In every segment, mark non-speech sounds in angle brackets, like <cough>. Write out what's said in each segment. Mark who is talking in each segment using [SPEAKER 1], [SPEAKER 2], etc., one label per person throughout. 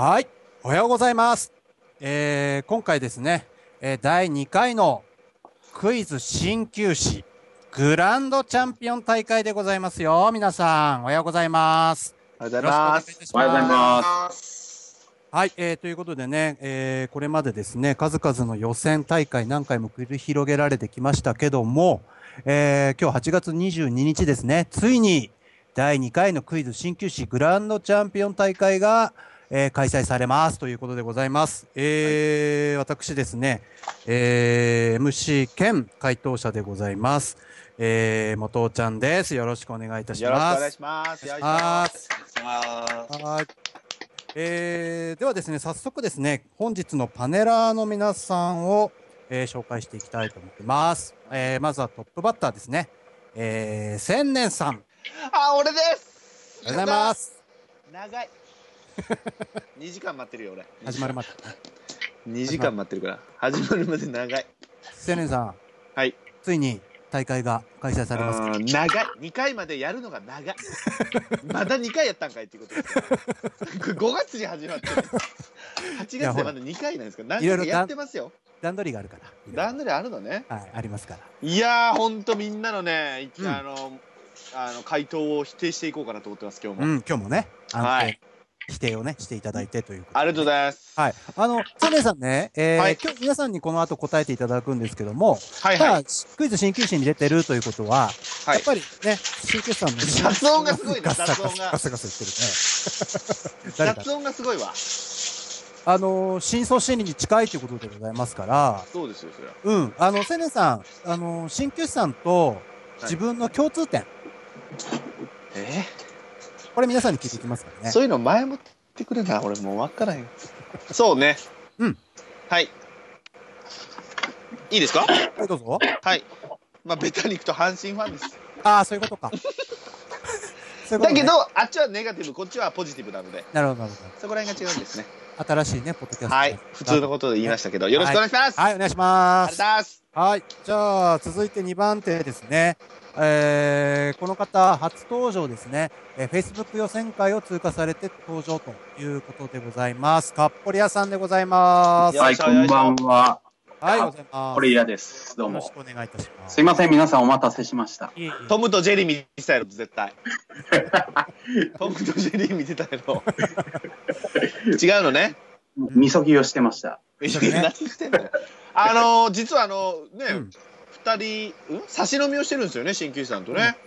[SPEAKER 1] はい、おはようございます。えー今回ですね、えー第2回のクイズ鍼灸師グランドチャンピオン大会でございますよ。皆さん、おはようございます。
[SPEAKER 2] おはようござい
[SPEAKER 1] よ
[SPEAKER 2] ま
[SPEAKER 1] ろしくお願い
[SPEAKER 2] す。
[SPEAKER 1] いたし
[SPEAKER 3] おはようございます。
[SPEAKER 1] はい、えーということでね、えーこれまでですね、数々の予選大会何回も繰り広げられてきましたけども、えー今日8月22日ですね、ついに第2回のクイズ鍼灸師グランドチャンピオン大会が、えー開催されますということでございます。えー私ですね、えー MC 兼回答者でございます。えー、元尾ちゃんです。よろしくお願いいたし
[SPEAKER 2] よろしく
[SPEAKER 1] ま
[SPEAKER 2] お願い
[SPEAKER 1] す。
[SPEAKER 2] します。よろしくお願いし
[SPEAKER 1] は
[SPEAKER 2] ま
[SPEAKER 1] い
[SPEAKER 2] す。
[SPEAKER 1] はい。えーではですね、早速ですね、本日のパネラーの皆さんを、えー紹介していきたいと思ってます。えーまずはトップバッターですね。えー千年さん。
[SPEAKER 2] あ、俺です。
[SPEAKER 1] おはようございま。す。
[SPEAKER 2] 長い。 <laughs> 二時間待ってるよ、俺。
[SPEAKER 1] 始まるまで。
[SPEAKER 2] 二時間待ってるから。始まるまで長い。
[SPEAKER 1] 千年さん、
[SPEAKER 2] はい。
[SPEAKER 1] ついに大会が開催されます。
[SPEAKER 2] うん長い。二回までやるのが長い。まだ二回やったんかいっていうことですよ。 <laughs> これ五月に始まってる。八月でまだ二回なんですか。何
[SPEAKER 1] いろい
[SPEAKER 2] 回
[SPEAKER 1] ろ
[SPEAKER 2] かやってますよ。
[SPEAKER 1] 段取りがあるから。
[SPEAKER 2] 段取りあるのね。
[SPEAKER 1] はい、ありますから。
[SPEAKER 2] いやー、ほんとみんなのね、い
[SPEAKER 1] うん
[SPEAKER 2] あの、あの回答を否定していこうかなと思ってます。今日
[SPEAKER 1] う
[SPEAKER 2] も。
[SPEAKER 1] ん、今日もね、あの
[SPEAKER 2] はい
[SPEAKER 1] 否定をね、していただいてということで
[SPEAKER 2] ありがとうございます。
[SPEAKER 1] はい。あの、千年さんね、えー
[SPEAKER 2] はい
[SPEAKER 1] 今日皆さんにこの後答えていただくんですけども、
[SPEAKER 2] はい
[SPEAKER 1] ま
[SPEAKER 2] はい
[SPEAKER 1] あ。、クイズ鍼灸師に出てるということは、
[SPEAKER 2] はい
[SPEAKER 1] やっぱりね、鍼灸師さんの
[SPEAKER 2] 雑音がすごいね
[SPEAKER 1] ガサガサ
[SPEAKER 2] 雑音が
[SPEAKER 1] ガサガサ
[SPEAKER 2] <laughs>
[SPEAKER 1] 言ってるね。誰か
[SPEAKER 2] 雑音がすごいわ。
[SPEAKER 1] あのー、真相心理に近いということでございますから、
[SPEAKER 2] そうですよ、それは。
[SPEAKER 1] うん、あの、千年さん、あのー、鍼灸師さんと自分の共通点、
[SPEAKER 2] え
[SPEAKER 1] これ皆さんに聞いていきますからね。
[SPEAKER 2] そういうの前もってくれな、俺もう分からへん。そうね。
[SPEAKER 1] うん。
[SPEAKER 2] はい。いいですか
[SPEAKER 1] はい、どうぞ。
[SPEAKER 2] はい。まあ、ベタに行くと阪神ファンです。
[SPEAKER 1] ああ、そういうこと
[SPEAKER 2] <laughs>
[SPEAKER 1] か。そういうこと
[SPEAKER 2] だ
[SPEAKER 1] ね
[SPEAKER 2] けど、、あっちはネガティブ、こっちはポジティブなので、
[SPEAKER 1] なるほど、なるほ
[SPEAKER 2] そこら辺が違うんですね。
[SPEAKER 1] ど。新しいね、ポッドキャスト。
[SPEAKER 2] はい。普通のことで言いましたけど、よろしくお願いします。
[SPEAKER 1] はい、お願いし
[SPEAKER 2] あ
[SPEAKER 1] ま
[SPEAKER 2] り
[SPEAKER 1] す。
[SPEAKER 2] がとうございます。
[SPEAKER 1] はい。じゃあ、続いて2番手ですね。えー、この方、初登場ですね。えー、Facebook 予選会を通過されて登場ということでございます。カッポリアさんでございます。
[SPEAKER 2] よ
[SPEAKER 3] は
[SPEAKER 1] は
[SPEAKER 2] ろ
[SPEAKER 1] い
[SPEAKER 3] い、
[SPEAKER 2] しくお
[SPEAKER 3] こ
[SPEAKER 2] 願い
[SPEAKER 3] ん
[SPEAKER 2] します
[SPEAKER 3] ばんは。
[SPEAKER 1] はい、おはようございます。
[SPEAKER 3] これ嫌です。どう
[SPEAKER 1] よろし
[SPEAKER 3] も。
[SPEAKER 1] くお願いいたします
[SPEAKER 3] すい。ません、皆さんお待たせしました。
[SPEAKER 1] いえいえ
[SPEAKER 2] トムとジェリー見てた
[SPEAKER 3] <laughs>
[SPEAKER 2] やろ、絶対。トムとジェリー見てたやろ。違うのね。
[SPEAKER 3] みそぎをしてました。
[SPEAKER 2] いや
[SPEAKER 1] ね
[SPEAKER 2] 何してんのあのー実はあの
[SPEAKER 1] う
[SPEAKER 2] ね
[SPEAKER 1] ん、
[SPEAKER 2] 二、人、うん、差し飲みをしてるんですよね、鍼灸師さんとね。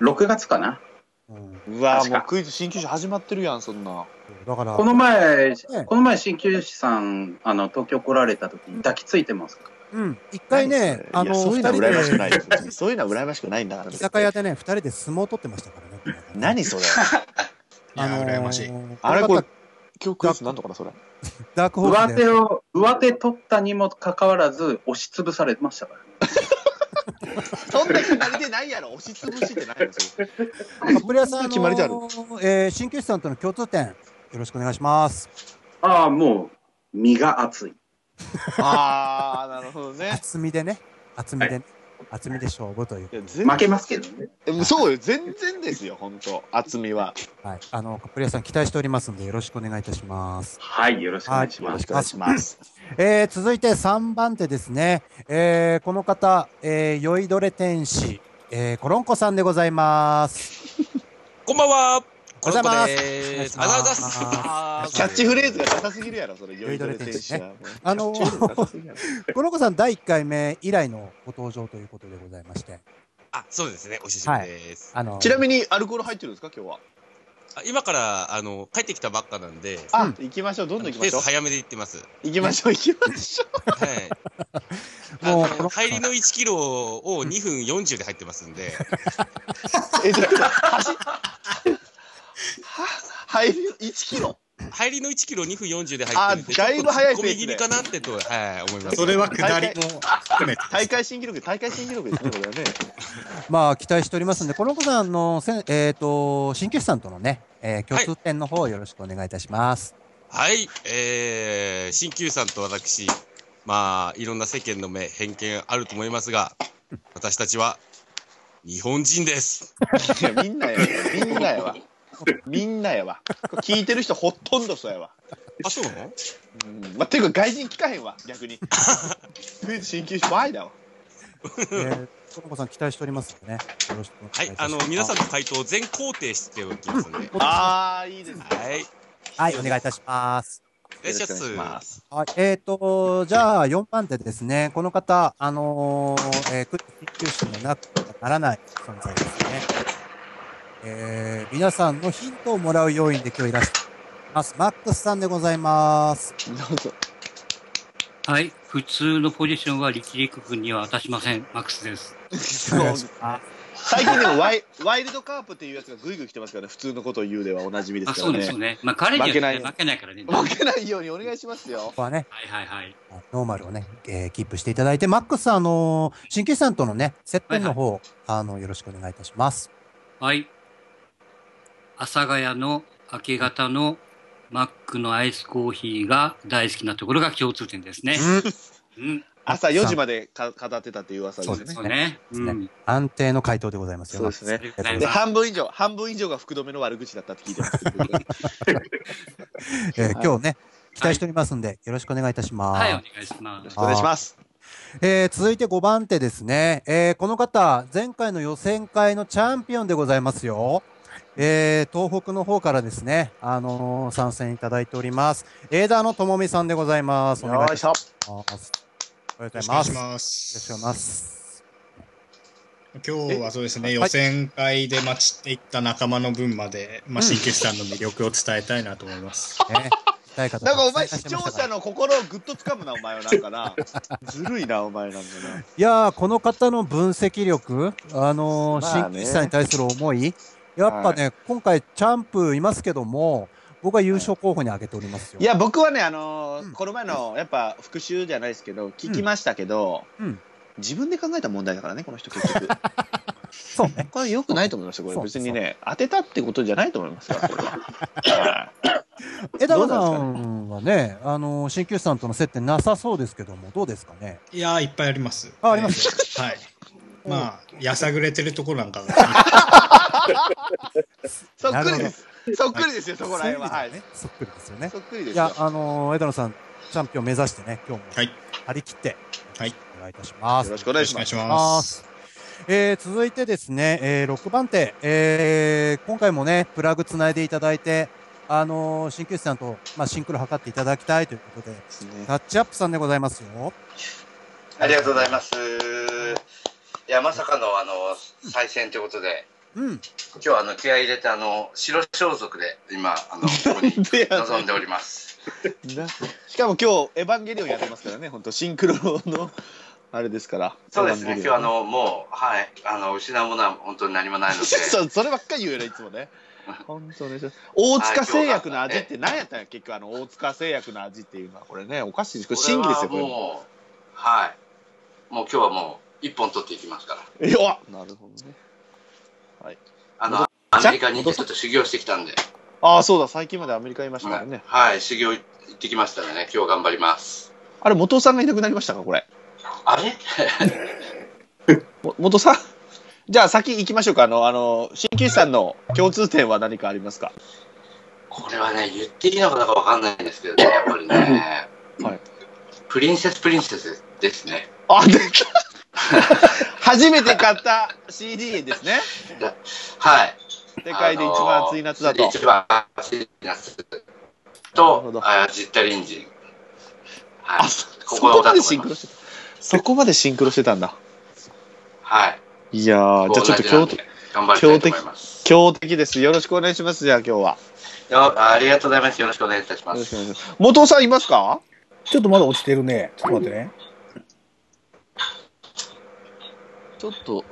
[SPEAKER 3] 6月かな
[SPEAKER 1] うん
[SPEAKER 2] うわー
[SPEAKER 3] 確か
[SPEAKER 2] もうクイズ鍼灸師始まってるやん、そんな。
[SPEAKER 1] だから、
[SPEAKER 3] この前、
[SPEAKER 1] ええ
[SPEAKER 3] この前、鍼灸師さん、あの、東京来られた時に抱きついてますか
[SPEAKER 1] うん、一回ね、あの、
[SPEAKER 2] そうい
[SPEAKER 1] 二
[SPEAKER 2] うの
[SPEAKER 1] 人
[SPEAKER 2] は羨ましくない
[SPEAKER 1] で、
[SPEAKER 2] よ。そういうのは羨ましくないんだから。
[SPEAKER 1] 居酒屋でね、二人で相撲取ってましたからね。この間ね
[SPEAKER 2] 何それ。
[SPEAKER 1] <laughs> あのー、
[SPEAKER 4] 羨ましい。
[SPEAKER 2] あれこれ
[SPEAKER 1] の方、
[SPEAKER 2] 今日クイズなんのかな、それ。
[SPEAKER 1] ダークホー
[SPEAKER 3] 上
[SPEAKER 1] スで
[SPEAKER 3] 手を、上手取ったにもかかわらず、押しつぶされましたから、
[SPEAKER 2] そんな決まりでないやろ、押しつぶしってないよ、それ。
[SPEAKER 1] カプリアさん、あの
[SPEAKER 2] 決まりである
[SPEAKER 1] ーえー、鍼灸師さんとの共通点、よろしくお願いします。
[SPEAKER 3] ああ、もう、身が熱い。
[SPEAKER 2] あー、なるほどね。
[SPEAKER 1] <laughs> 厚みでね、厚みでね、厚みで勝負という
[SPEAKER 2] い。や全
[SPEAKER 3] 負けますけどね。
[SPEAKER 2] えそうよ、全然ですよ、本当厚みは。
[SPEAKER 1] はい。あの、カプリアさん期待しておりますんで、よろしくお願いいたします。
[SPEAKER 3] はい、よろしくお願いし
[SPEAKER 2] よ
[SPEAKER 3] ま
[SPEAKER 2] ろ
[SPEAKER 3] す
[SPEAKER 2] し。くお願いします。
[SPEAKER 1] えー、続いて3番手ですね。えー、この方、えー、酔いどれ天使、えー、コロンコさんでございます。
[SPEAKER 4] こんばんは。
[SPEAKER 1] おはようございます
[SPEAKER 4] す。あざあざっす。
[SPEAKER 1] おは
[SPEAKER 2] キャッチフレーズがダサすぎるやろ、それ、
[SPEAKER 1] 酔
[SPEAKER 2] 酔
[SPEAKER 1] い
[SPEAKER 2] い
[SPEAKER 1] ど
[SPEAKER 2] どれ
[SPEAKER 1] れ天
[SPEAKER 2] 天
[SPEAKER 1] 使
[SPEAKER 2] 使
[SPEAKER 1] ね
[SPEAKER 2] は。
[SPEAKER 1] あの
[SPEAKER 2] キャッチフレーズダサ
[SPEAKER 1] ー、
[SPEAKER 2] すぎるやろ
[SPEAKER 1] コロンコさん第1回目以来のご登場ということでございまして、
[SPEAKER 4] あ、そうですね。お久しぶりです。
[SPEAKER 1] あのー、
[SPEAKER 2] ちなみにアルコール入ってるんですか今日は。
[SPEAKER 4] あ今からあの帰ってきたばっかなんで、
[SPEAKER 2] あ、
[SPEAKER 1] うん
[SPEAKER 2] 行きましょう。どんどん
[SPEAKER 4] ペー
[SPEAKER 2] 行きましょ
[SPEAKER 4] ス
[SPEAKER 2] う。
[SPEAKER 4] 早めで行ってます。
[SPEAKER 2] 行きましょう。行きましょ
[SPEAKER 4] はい。あ
[SPEAKER 1] もう
[SPEAKER 4] の
[SPEAKER 1] この
[SPEAKER 4] 入りの1キロを2分40で入ってますんで、
[SPEAKER 2] <laughs> う。え、ちょっと走っ。は入り1キロ。
[SPEAKER 4] 入りの1キロ2分40で入ってるんで、
[SPEAKER 2] あだいぶ早いペースで
[SPEAKER 4] ちょっと突っ込み気味かなってと、はい、思います。
[SPEAKER 2] それは下り
[SPEAKER 4] も。
[SPEAKER 2] 大会新記録、大会新記録ですね、これはね。
[SPEAKER 1] まあ、期待しておりますんで、この子さんのせん、えっ、と、鍼灸師さんとのね、えー、共通点の方、よろしくお願いいたします。
[SPEAKER 4] はい、えー、鍼灸師さんと私、まあ、いろんな世間の目、偏見あると思いますが、私たちは日本人です。
[SPEAKER 2] いやみんなやわ。みんなやわ。みんなやわ。これ聞いてる人ほとんどそうやわ。
[SPEAKER 4] あ、そうなの
[SPEAKER 2] うんまあ、ていうか外人聞かへんわ、逆に。新旧種、前だわ。
[SPEAKER 1] えー、ともこさん期待しておりますのでね。よろしくお願い
[SPEAKER 4] はい
[SPEAKER 1] し、ます。
[SPEAKER 4] あの、皆さんの回答を全肯定しておきますので。
[SPEAKER 2] あー、いいですね。
[SPEAKER 4] はい。
[SPEAKER 1] はい、お願いいたします。
[SPEAKER 4] お願いし
[SPEAKER 2] よろしくお願いし
[SPEAKER 4] ま。
[SPEAKER 2] ます
[SPEAKER 1] はい、えっ、と、じゃあ4番手ですね。この方、あのー、えー、空気吸収のなくてはならない存在ですね。えー、皆さんのヒントをもらう要因で今日いらっしゃいます。マックスさんでございます。
[SPEAKER 2] どうぞ。
[SPEAKER 5] はい。普通のポジションは力陸君には渡しません。マックスです。
[SPEAKER 2] そう
[SPEAKER 1] <laughs>
[SPEAKER 2] 最近でもワイワイルドカープっていうやつがぐいぐい来てますからね、普通のことを言うではおなじみで
[SPEAKER 5] あ、
[SPEAKER 2] すか
[SPEAKER 5] そうで
[SPEAKER 2] らね。
[SPEAKER 5] すよね。まあ、彼には
[SPEAKER 2] 負けない
[SPEAKER 5] 負けないからね。は
[SPEAKER 2] ボケないようにお願いしますよ
[SPEAKER 1] こ。こはね、
[SPEAKER 5] いはいはい。
[SPEAKER 1] ノーマルをね、えーキープしていただいて、マックスさん、あのー、新規さんとのね、接点の方、あの、よろしくお願いいたします。
[SPEAKER 5] はい。阿佐ヶ谷の明け方のマックのアイスコーヒーが大好きなところが共通点ですね。うん。
[SPEAKER 2] 朝4時までか語ってたっていう噂です
[SPEAKER 1] そうで
[SPEAKER 2] ね。
[SPEAKER 5] そうね。
[SPEAKER 1] です
[SPEAKER 5] う
[SPEAKER 1] ね
[SPEAKER 5] ん。
[SPEAKER 1] 安定の回答でございますよ。
[SPEAKER 2] そうですね。
[SPEAKER 1] ありがとうご
[SPEAKER 2] で、
[SPEAKER 1] ざい
[SPEAKER 2] 半分以上、半分以上が福留の悪口だったって聞いてますけど。
[SPEAKER 1] ます。えー今日ね、期待しておりますんで、よろしくお願いいたします。
[SPEAKER 5] はい、お願いしま
[SPEAKER 2] よろし
[SPEAKER 5] す
[SPEAKER 2] く。お願いします。
[SPEAKER 1] えー続いて5番手ですね。えーこの方、前回の予選会のチャンピオンでございますよ。えー東北の方からですね、あのー参戦いただいております。枝野智美さんでございます。お願
[SPEAKER 2] よ
[SPEAKER 1] い
[SPEAKER 2] い
[SPEAKER 1] し
[SPEAKER 2] しょ。
[SPEAKER 1] ます。おはようご
[SPEAKER 6] よろ
[SPEAKER 1] ざい
[SPEAKER 6] しくお願
[SPEAKER 1] ま
[SPEAKER 6] い
[SPEAKER 1] す。
[SPEAKER 6] し
[SPEAKER 1] よろ
[SPEAKER 6] ます。
[SPEAKER 1] しくお願
[SPEAKER 6] 今
[SPEAKER 1] いします。
[SPEAKER 6] 日はそうですね、
[SPEAKER 1] え
[SPEAKER 6] 予選会で待ちっていった仲間の分まで、まあ、新決さんの魅力を伝えたいなと思います。
[SPEAKER 1] <laughs> ね、痛い方
[SPEAKER 2] なんかお
[SPEAKER 1] た
[SPEAKER 2] 前
[SPEAKER 1] くさん
[SPEAKER 2] 視
[SPEAKER 1] いらっしゃ
[SPEAKER 2] 聴
[SPEAKER 1] いましたから
[SPEAKER 2] 者の心をぐっと掴むな、お前はなんか
[SPEAKER 1] <laughs>
[SPEAKER 2] な。ずるいな、お前なんかな。
[SPEAKER 1] いやー、この方の分析力、あのー
[SPEAKER 2] まあね
[SPEAKER 1] 新規さんに対する思い、やっぱね、今回チャンプいますけども、僕は優勝候補に挙げておりますよ。
[SPEAKER 2] いや、僕はね、あのー
[SPEAKER 1] うん
[SPEAKER 2] この前の、やっぱ復習じゃないですけど、聞きましたけど、
[SPEAKER 1] うん
[SPEAKER 2] 自分で考えた問題だからね、この人結局。
[SPEAKER 1] <laughs> そうね。
[SPEAKER 2] これ良くないと思いますよ、こ
[SPEAKER 1] そ
[SPEAKER 2] れ。
[SPEAKER 1] う
[SPEAKER 2] 別にね、当てたってことじゃないと思いますから、これは。はい
[SPEAKER 1] 枝野さんはね、あのー新旧さんとの接点なさそうですけども、どうですかね。
[SPEAKER 6] いやー、いっぱいあります。。
[SPEAKER 1] ああります
[SPEAKER 6] はい。まあ、やさぐれてるところなんかが、
[SPEAKER 2] そっくりです。そっくりですよ、そこら辺は。はい。
[SPEAKER 1] そっくりですよね。
[SPEAKER 2] そっくりで
[SPEAKER 1] い
[SPEAKER 2] すよ
[SPEAKER 1] や。、あのー枝野さん、チャンピオン目指してね、今日も
[SPEAKER 6] はい。
[SPEAKER 1] 張り切って、
[SPEAKER 6] はい。
[SPEAKER 1] お願いいたします
[SPEAKER 2] よろ。しくお
[SPEAKER 6] よ
[SPEAKER 2] 願
[SPEAKER 6] ろ
[SPEAKER 2] い
[SPEAKER 6] しく
[SPEAKER 2] し
[SPEAKER 6] お願
[SPEAKER 2] ま
[SPEAKER 6] い
[SPEAKER 2] す
[SPEAKER 6] し。
[SPEAKER 1] ま
[SPEAKER 6] ます。
[SPEAKER 1] す。えー、続いてですね、えー、6番手、えー、今回もね、プラグつないでいただいて、あのー、鍼灸師さんと、まあ、シンクロ測っていただきたいということで、タッチアップさんでございますよ。
[SPEAKER 7] ありがとうございます。いや、まさかの、あの、再選ということで、
[SPEAKER 2] <laughs>
[SPEAKER 1] うん。
[SPEAKER 7] 今日はあの、気合い入れて、あの、白装束で、今、あの、ここに
[SPEAKER 2] でやねん
[SPEAKER 7] 臨んでおります。
[SPEAKER 2] しかも今日、エヴァンゲリオンやってますからね、本当シンクロの、あれですから。
[SPEAKER 7] そうですね、
[SPEAKER 2] エヴァンゲ
[SPEAKER 7] 今日
[SPEAKER 2] リオ
[SPEAKER 7] は
[SPEAKER 2] ン
[SPEAKER 7] あの、もう、はい、あの、失うものは本当に何もないの
[SPEAKER 2] <laughs>
[SPEAKER 7] で、
[SPEAKER 2] そう、そればっかり言うよね、いつもね。本当ね。大塚製薬の味って何やったんや、結局、あの、大塚製薬の味っていうのは、これね、おかしいし、これ真偽ですよ、
[SPEAKER 7] これは
[SPEAKER 2] こ
[SPEAKER 7] もう、はい。もう今日はもう、一本取っていきますから。
[SPEAKER 2] れ。よっなるほどね。
[SPEAKER 7] あ
[SPEAKER 2] 戻
[SPEAKER 7] の、アメリカに行ってちょっと修行してきたんで、
[SPEAKER 2] ああ、そうだ、最近までアメリカいましたからね。
[SPEAKER 7] はい、修行行ってきましたのでね、今日頑張ります。
[SPEAKER 2] あれ、元尾さんがいなくなりましたか、これ。
[SPEAKER 7] あれ <laughs>
[SPEAKER 2] も元尾さんじゃあ先行きましょうか。あの、あの、鍼灸師さんの共通点は何かありますか
[SPEAKER 7] これはね、言っていいのかどうかわかんないんですけどね、やっぱりね、
[SPEAKER 2] はい
[SPEAKER 7] プリンセスプリンセスですね。
[SPEAKER 2] あ、出た <laughs> 初めて買った CD ですね。
[SPEAKER 7] はい。
[SPEAKER 2] 世界で一番熱い夏だと。
[SPEAKER 7] あのー一番暑い夏
[SPEAKER 2] なるほ
[SPEAKER 7] と
[SPEAKER 2] ど、
[SPEAKER 7] あジッタリンジン。はい
[SPEAKER 2] あ、そそ
[SPEAKER 7] ここ
[SPEAKER 2] こま
[SPEAKER 7] だ
[SPEAKER 2] で
[SPEAKER 7] と思
[SPEAKER 2] シ
[SPEAKER 7] い
[SPEAKER 2] ンク
[SPEAKER 7] ま
[SPEAKER 2] ロ
[SPEAKER 7] す。
[SPEAKER 2] してた。そこまでシンクロしてたんだ。
[SPEAKER 7] はい。
[SPEAKER 2] いやー、じゃあちょっと強
[SPEAKER 7] 同じ
[SPEAKER 2] 敵
[SPEAKER 7] なんで頑張りたいと思います。
[SPEAKER 2] 強敵です。よろしくお願いします。じゃあ今日は。
[SPEAKER 7] よありがとうございます。よろしくお願いいたしま
[SPEAKER 2] よろしくお
[SPEAKER 7] す。
[SPEAKER 2] 願いします。元尾さんいますか
[SPEAKER 8] ちょっとまだ落ちてるね。ちょっと待ってね。
[SPEAKER 2] ちょっと、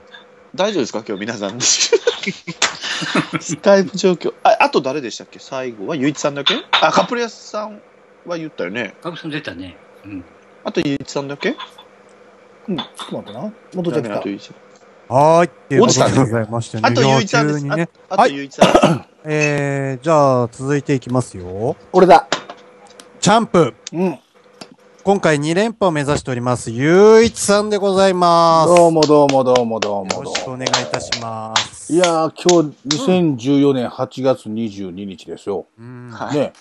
[SPEAKER 2] 大丈夫ですか今日皆さん。スカイプ状況。あ、あと誰でしたっけ最後は、ゆういちさんだけあ、カプリアスさんは言ったよね。
[SPEAKER 5] カブさん出たね。うん。
[SPEAKER 2] あとゆういちさんだけ
[SPEAKER 8] うん、ちょっと待ってな。戻っちゃっ
[SPEAKER 2] ダメなあと
[SPEAKER 8] た。
[SPEAKER 2] ゆういちさん
[SPEAKER 1] はーい。っていうこと
[SPEAKER 2] 落ちたね
[SPEAKER 1] でございましてね。
[SPEAKER 2] あとゆういちさんで
[SPEAKER 1] い
[SPEAKER 2] す。
[SPEAKER 1] や急にね。
[SPEAKER 2] ああとゆういち
[SPEAKER 1] <coughs>
[SPEAKER 2] さん。
[SPEAKER 1] えー、じゃあ、続いていきますよ。
[SPEAKER 8] 俺だ。
[SPEAKER 1] チャンプ、
[SPEAKER 8] うん。
[SPEAKER 1] 今回2連覇を目指しております、ゆういちさんでございます。
[SPEAKER 8] どうもどうもどうもどうも
[SPEAKER 1] よ
[SPEAKER 8] ど
[SPEAKER 1] ろしく
[SPEAKER 8] う
[SPEAKER 1] お
[SPEAKER 8] も。
[SPEAKER 1] 願いいたします。
[SPEAKER 8] いやー、今日2014年8月22日ですよ。
[SPEAKER 1] うん、
[SPEAKER 2] はい
[SPEAKER 8] ね。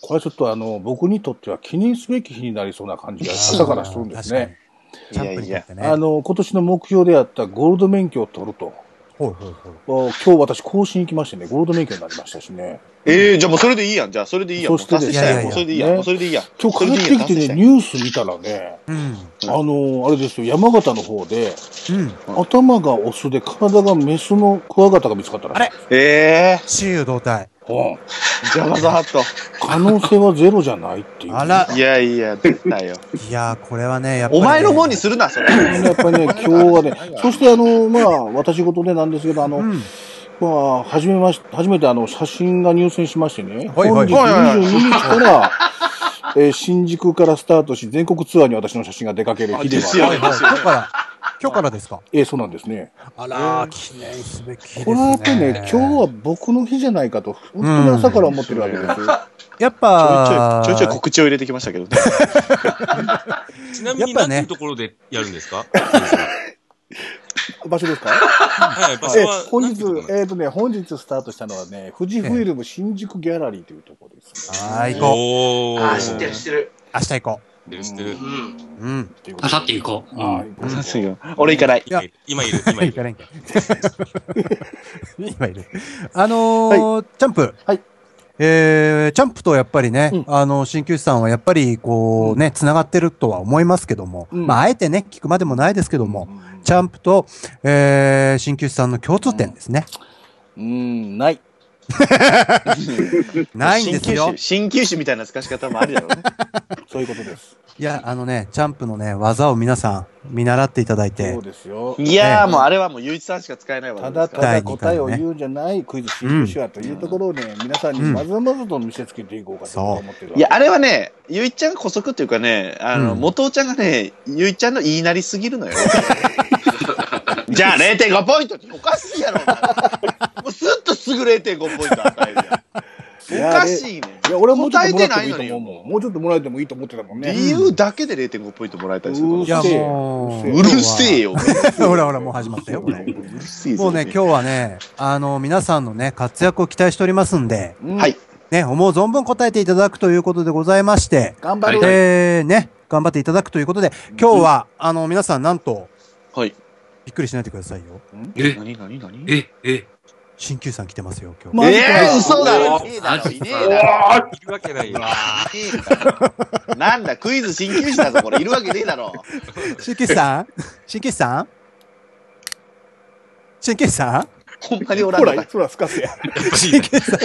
[SPEAKER 8] これちょっとあの、僕にとっては記念すべき日になりそうな感じが朝からするんですね。
[SPEAKER 1] 確かに。チャンプにとってね。
[SPEAKER 8] あの、今年の目標であったゴールド免許を取ると。
[SPEAKER 1] ほいほいほい。
[SPEAKER 8] お今日私更新行きましてね、ゴールド免許になりましたしね。
[SPEAKER 2] ええじゃあもうそれでいいやん。じゃあそれでいいやん。もう
[SPEAKER 8] そして
[SPEAKER 2] 達成したやん。もうそれでいいやん。
[SPEAKER 8] ね
[SPEAKER 2] もうそれでいいやん。
[SPEAKER 8] 今日帰ってきてね、ニュース見たらね、
[SPEAKER 1] うん。
[SPEAKER 8] あのーあれですよ、山形の方で、
[SPEAKER 1] うん。
[SPEAKER 8] 頭がオスで体がメスのクワガタが見つかったらしいです
[SPEAKER 2] ええ
[SPEAKER 1] 雌雄同体。
[SPEAKER 8] うん
[SPEAKER 2] ー、ジャマザハット。
[SPEAKER 8] 可能性はゼロじゃないっていう。
[SPEAKER 1] あら、
[SPEAKER 2] いやいや、絶対よ。
[SPEAKER 1] いやー、これはね、やっぱり、
[SPEAKER 2] お
[SPEAKER 1] ね。
[SPEAKER 2] 前の方にするな、それ。
[SPEAKER 8] やっぱりね、今日は
[SPEAKER 1] <laughs>
[SPEAKER 8] ね、そしてあのーまあ、私事でなんですけど、あの、
[SPEAKER 1] うん。
[SPEAKER 8] まあ、初めまし、初めてあの、写真が入選しましてね、
[SPEAKER 1] はいは
[SPEAKER 8] 本
[SPEAKER 1] い
[SPEAKER 8] 日22日から、えー新宿からスタートし、全国ツアーに私の写真が出かける日で
[SPEAKER 2] です
[SPEAKER 8] はあ
[SPEAKER 2] よ
[SPEAKER 8] る。
[SPEAKER 1] はいはい。今日から、今日からですか。
[SPEAKER 8] えーそうなんですね。
[SPEAKER 1] あらー、記念すべきですね。
[SPEAKER 8] この後ね、今日は僕の日じゃないかと、本当に朝から思ってるわけですよ。
[SPEAKER 1] やっ
[SPEAKER 2] ちょ
[SPEAKER 1] ぱ
[SPEAKER 2] いちょい、ちょいちょい告知を入れてきましたけどね。
[SPEAKER 4] <laughs> ちなみに
[SPEAKER 1] やっぱ
[SPEAKER 4] 何
[SPEAKER 1] ね
[SPEAKER 4] ていうところでやるんですか
[SPEAKER 8] 場所ですか
[SPEAKER 4] はい、場所
[SPEAKER 8] え
[SPEAKER 4] は。
[SPEAKER 8] 本
[SPEAKER 4] なん
[SPEAKER 8] 日
[SPEAKER 4] ていうところ、なんですか
[SPEAKER 8] えっ、とね、本日スタートしたのはね、富士フイルム新宿ギャラリーというところです、ね。
[SPEAKER 1] はい、行こ
[SPEAKER 4] お
[SPEAKER 7] あ
[SPEAKER 4] ー。
[SPEAKER 7] ー、知ってる、知ってる。
[SPEAKER 1] う。明日行こ
[SPEAKER 4] 知ってる知ってる
[SPEAKER 7] う。
[SPEAKER 1] う。
[SPEAKER 7] ん。
[SPEAKER 1] うん。
[SPEAKER 5] あさって行こう。うん
[SPEAKER 8] あ行こう
[SPEAKER 2] さすが俺行かない。
[SPEAKER 1] いや
[SPEAKER 4] 今いる、今いる
[SPEAKER 1] <laughs> 行か。ないんかい。 <laughs> 今いる。あのーチャンプ。
[SPEAKER 8] はい。
[SPEAKER 1] えー、チャンプとやっぱりね、
[SPEAKER 8] うん
[SPEAKER 1] あの、鍼灸師さんはやっぱり、こうね、繋がってるとは思いますけども、
[SPEAKER 8] うん
[SPEAKER 1] まあ、あえてね、聞くまでもないですけども、
[SPEAKER 8] うん
[SPEAKER 1] チャンプと、えー、鍼灸師さんの共通点ですね。
[SPEAKER 8] う
[SPEAKER 2] <laughs>
[SPEAKER 8] ん、ない。
[SPEAKER 1] ないんですよ
[SPEAKER 2] 鍼灸。師鍼灸師みたいな透かし方もあるやろう
[SPEAKER 1] <laughs>
[SPEAKER 2] ね。
[SPEAKER 8] そういうことです。
[SPEAKER 1] いや、あのね、チャンプのね、技を皆さん、見習っていただいて
[SPEAKER 8] そう、ですよ。
[SPEAKER 2] いやー、もうあれはもう、ゆういちさんしか使えないわ
[SPEAKER 8] た
[SPEAKER 2] けで
[SPEAKER 8] だ
[SPEAKER 2] す
[SPEAKER 8] た
[SPEAKER 2] から。
[SPEAKER 8] だ答えを言うんじゃないクイズ新聞手話というところをね、皆さんにまずまずと見せつけていこうかと思ってるわけ
[SPEAKER 2] いや、あれはね、ゆういちちゃんが古速っていうかね、あの、
[SPEAKER 1] うん
[SPEAKER 2] 元尾ちゃんがね、ゆういちちゃんの言いなりすぎるの
[SPEAKER 1] <laughs>
[SPEAKER 2] よ。じゃあ0.5ポイントっておかしいやろ。もうすっとすぐ0.5ポイント与える
[SPEAKER 8] い
[SPEAKER 2] やん。
[SPEAKER 8] や
[SPEAKER 2] おかしいね。
[SPEAKER 8] いや、俺はもうちょ
[SPEAKER 2] 答
[SPEAKER 8] っ
[SPEAKER 2] え
[SPEAKER 8] ともら
[SPEAKER 2] てない
[SPEAKER 8] ってもいい
[SPEAKER 2] の
[SPEAKER 8] と
[SPEAKER 2] に
[SPEAKER 8] 思う。もん。もうちょっともらえてもいいと思ってたもんね。
[SPEAKER 2] 理由だけで0.5ポイントもらえたりするから
[SPEAKER 8] う
[SPEAKER 1] いや、
[SPEAKER 8] うるせえ
[SPEAKER 1] もう、
[SPEAKER 2] うるせえよ。
[SPEAKER 1] <laughs>
[SPEAKER 2] <laughs>
[SPEAKER 1] ほらほら、もう始まったよ、これ。
[SPEAKER 2] うるせえぞ
[SPEAKER 1] もうね、今日はね、あの、皆さんのね、活躍を期待しておりますんで、
[SPEAKER 8] うん
[SPEAKER 2] はい。
[SPEAKER 1] ね、思う存分答えていただくということでございまして、
[SPEAKER 8] 頑張る。
[SPEAKER 1] で、ね、頑張っていただくということで、今日は、あの、皆さんなんと、
[SPEAKER 2] はい。
[SPEAKER 1] びっくりしないでくださいよ。
[SPEAKER 5] え、
[SPEAKER 2] 何何何
[SPEAKER 5] え、え、
[SPEAKER 1] 新旧さん来てますよ、今日。
[SPEAKER 8] マジ
[SPEAKER 2] えー、
[SPEAKER 8] か。
[SPEAKER 2] 嘘だろ
[SPEAKER 5] おー
[SPEAKER 2] いねえだろいねえだろ
[SPEAKER 4] あいるわけないよ。
[SPEAKER 2] いねえだろ <laughs> なんだ、クイズ鍼灸師だぞ、これ。いるわけねえだろ。
[SPEAKER 1] 新旧
[SPEAKER 2] <laughs>
[SPEAKER 1] さん新旧さん新旧さん
[SPEAKER 2] ほんまにおらん
[SPEAKER 8] ほ
[SPEAKER 2] の
[SPEAKER 8] ら、
[SPEAKER 2] か。
[SPEAKER 8] ほら、スカスや。
[SPEAKER 1] 新旧さん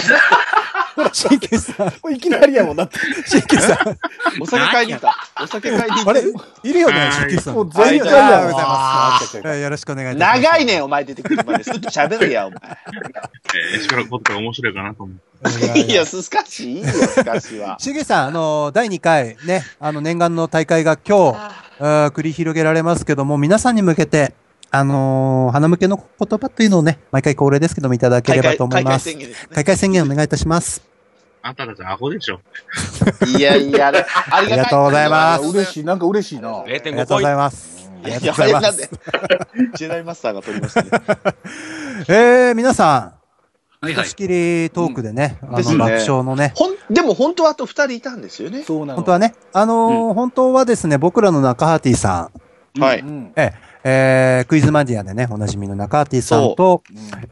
[SPEAKER 1] ほら、新旧さん
[SPEAKER 8] これいきなりやもんだって。
[SPEAKER 1] 新旧さん
[SPEAKER 2] お酒買いに行った。お酒買いに行っ
[SPEAKER 1] あれ
[SPEAKER 2] た。
[SPEAKER 1] いるよね、新旧さん。
[SPEAKER 8] もう
[SPEAKER 1] あ
[SPEAKER 8] 全
[SPEAKER 1] い
[SPEAKER 8] 然
[SPEAKER 1] た
[SPEAKER 8] や
[SPEAKER 1] ありがとうござ
[SPEAKER 8] ま
[SPEAKER 1] いますはいよろしくお願いいたします。
[SPEAKER 2] 長いねんお前出てくるまで。すっと喋るや、お前。
[SPEAKER 9] <laughs> えー、しばらくこったら面白いかなと思う。
[SPEAKER 1] いやい
[SPEAKER 2] い
[SPEAKER 1] や
[SPEAKER 2] や、すすかしいいいよ、すかしは。
[SPEAKER 1] しげさん、あの、第2回、ね、あの、念願の大会が今日、あー繰り広げられますけども、皆さんに向けて、あのー、花向けの言葉というのをね、毎回恒例ですけども、いただければと思います。
[SPEAKER 2] 言ですね。
[SPEAKER 1] 開会宣言お願いいたし <laughs> ます。
[SPEAKER 9] あんたたちアホでしょ。
[SPEAKER 2] いやいや、あれあり
[SPEAKER 1] ありがとうございます
[SPEAKER 8] 嬉しい、なんか嬉しいな。
[SPEAKER 1] あり
[SPEAKER 4] 0.5
[SPEAKER 1] がと
[SPEAKER 4] ポ
[SPEAKER 1] うご
[SPEAKER 4] イン
[SPEAKER 1] ざい
[SPEAKER 4] ト。
[SPEAKER 1] ます。あ
[SPEAKER 2] い
[SPEAKER 1] り
[SPEAKER 2] やい
[SPEAKER 1] がとう
[SPEAKER 2] や、
[SPEAKER 1] ございま
[SPEAKER 2] なん
[SPEAKER 1] す
[SPEAKER 2] で。。ジェダイマスターが取りましたね。
[SPEAKER 1] えー、皆さ
[SPEAKER 5] は
[SPEAKER 1] ん、
[SPEAKER 5] いは
[SPEAKER 1] 貸
[SPEAKER 5] い
[SPEAKER 1] し。切りトークでね、あ
[SPEAKER 2] です
[SPEAKER 1] の、
[SPEAKER 2] ね
[SPEAKER 1] 爆笑のね、
[SPEAKER 2] ほん、でも本当はあと二人いたんですよね。
[SPEAKER 8] そうなの。
[SPEAKER 1] 本当はね、あのー本当はですね、僕らの中ハーティさん、
[SPEAKER 2] は
[SPEAKER 8] う
[SPEAKER 2] い。
[SPEAKER 8] ん。
[SPEAKER 1] えー、クイズマディアでね、おなじみの中ハーティさんと、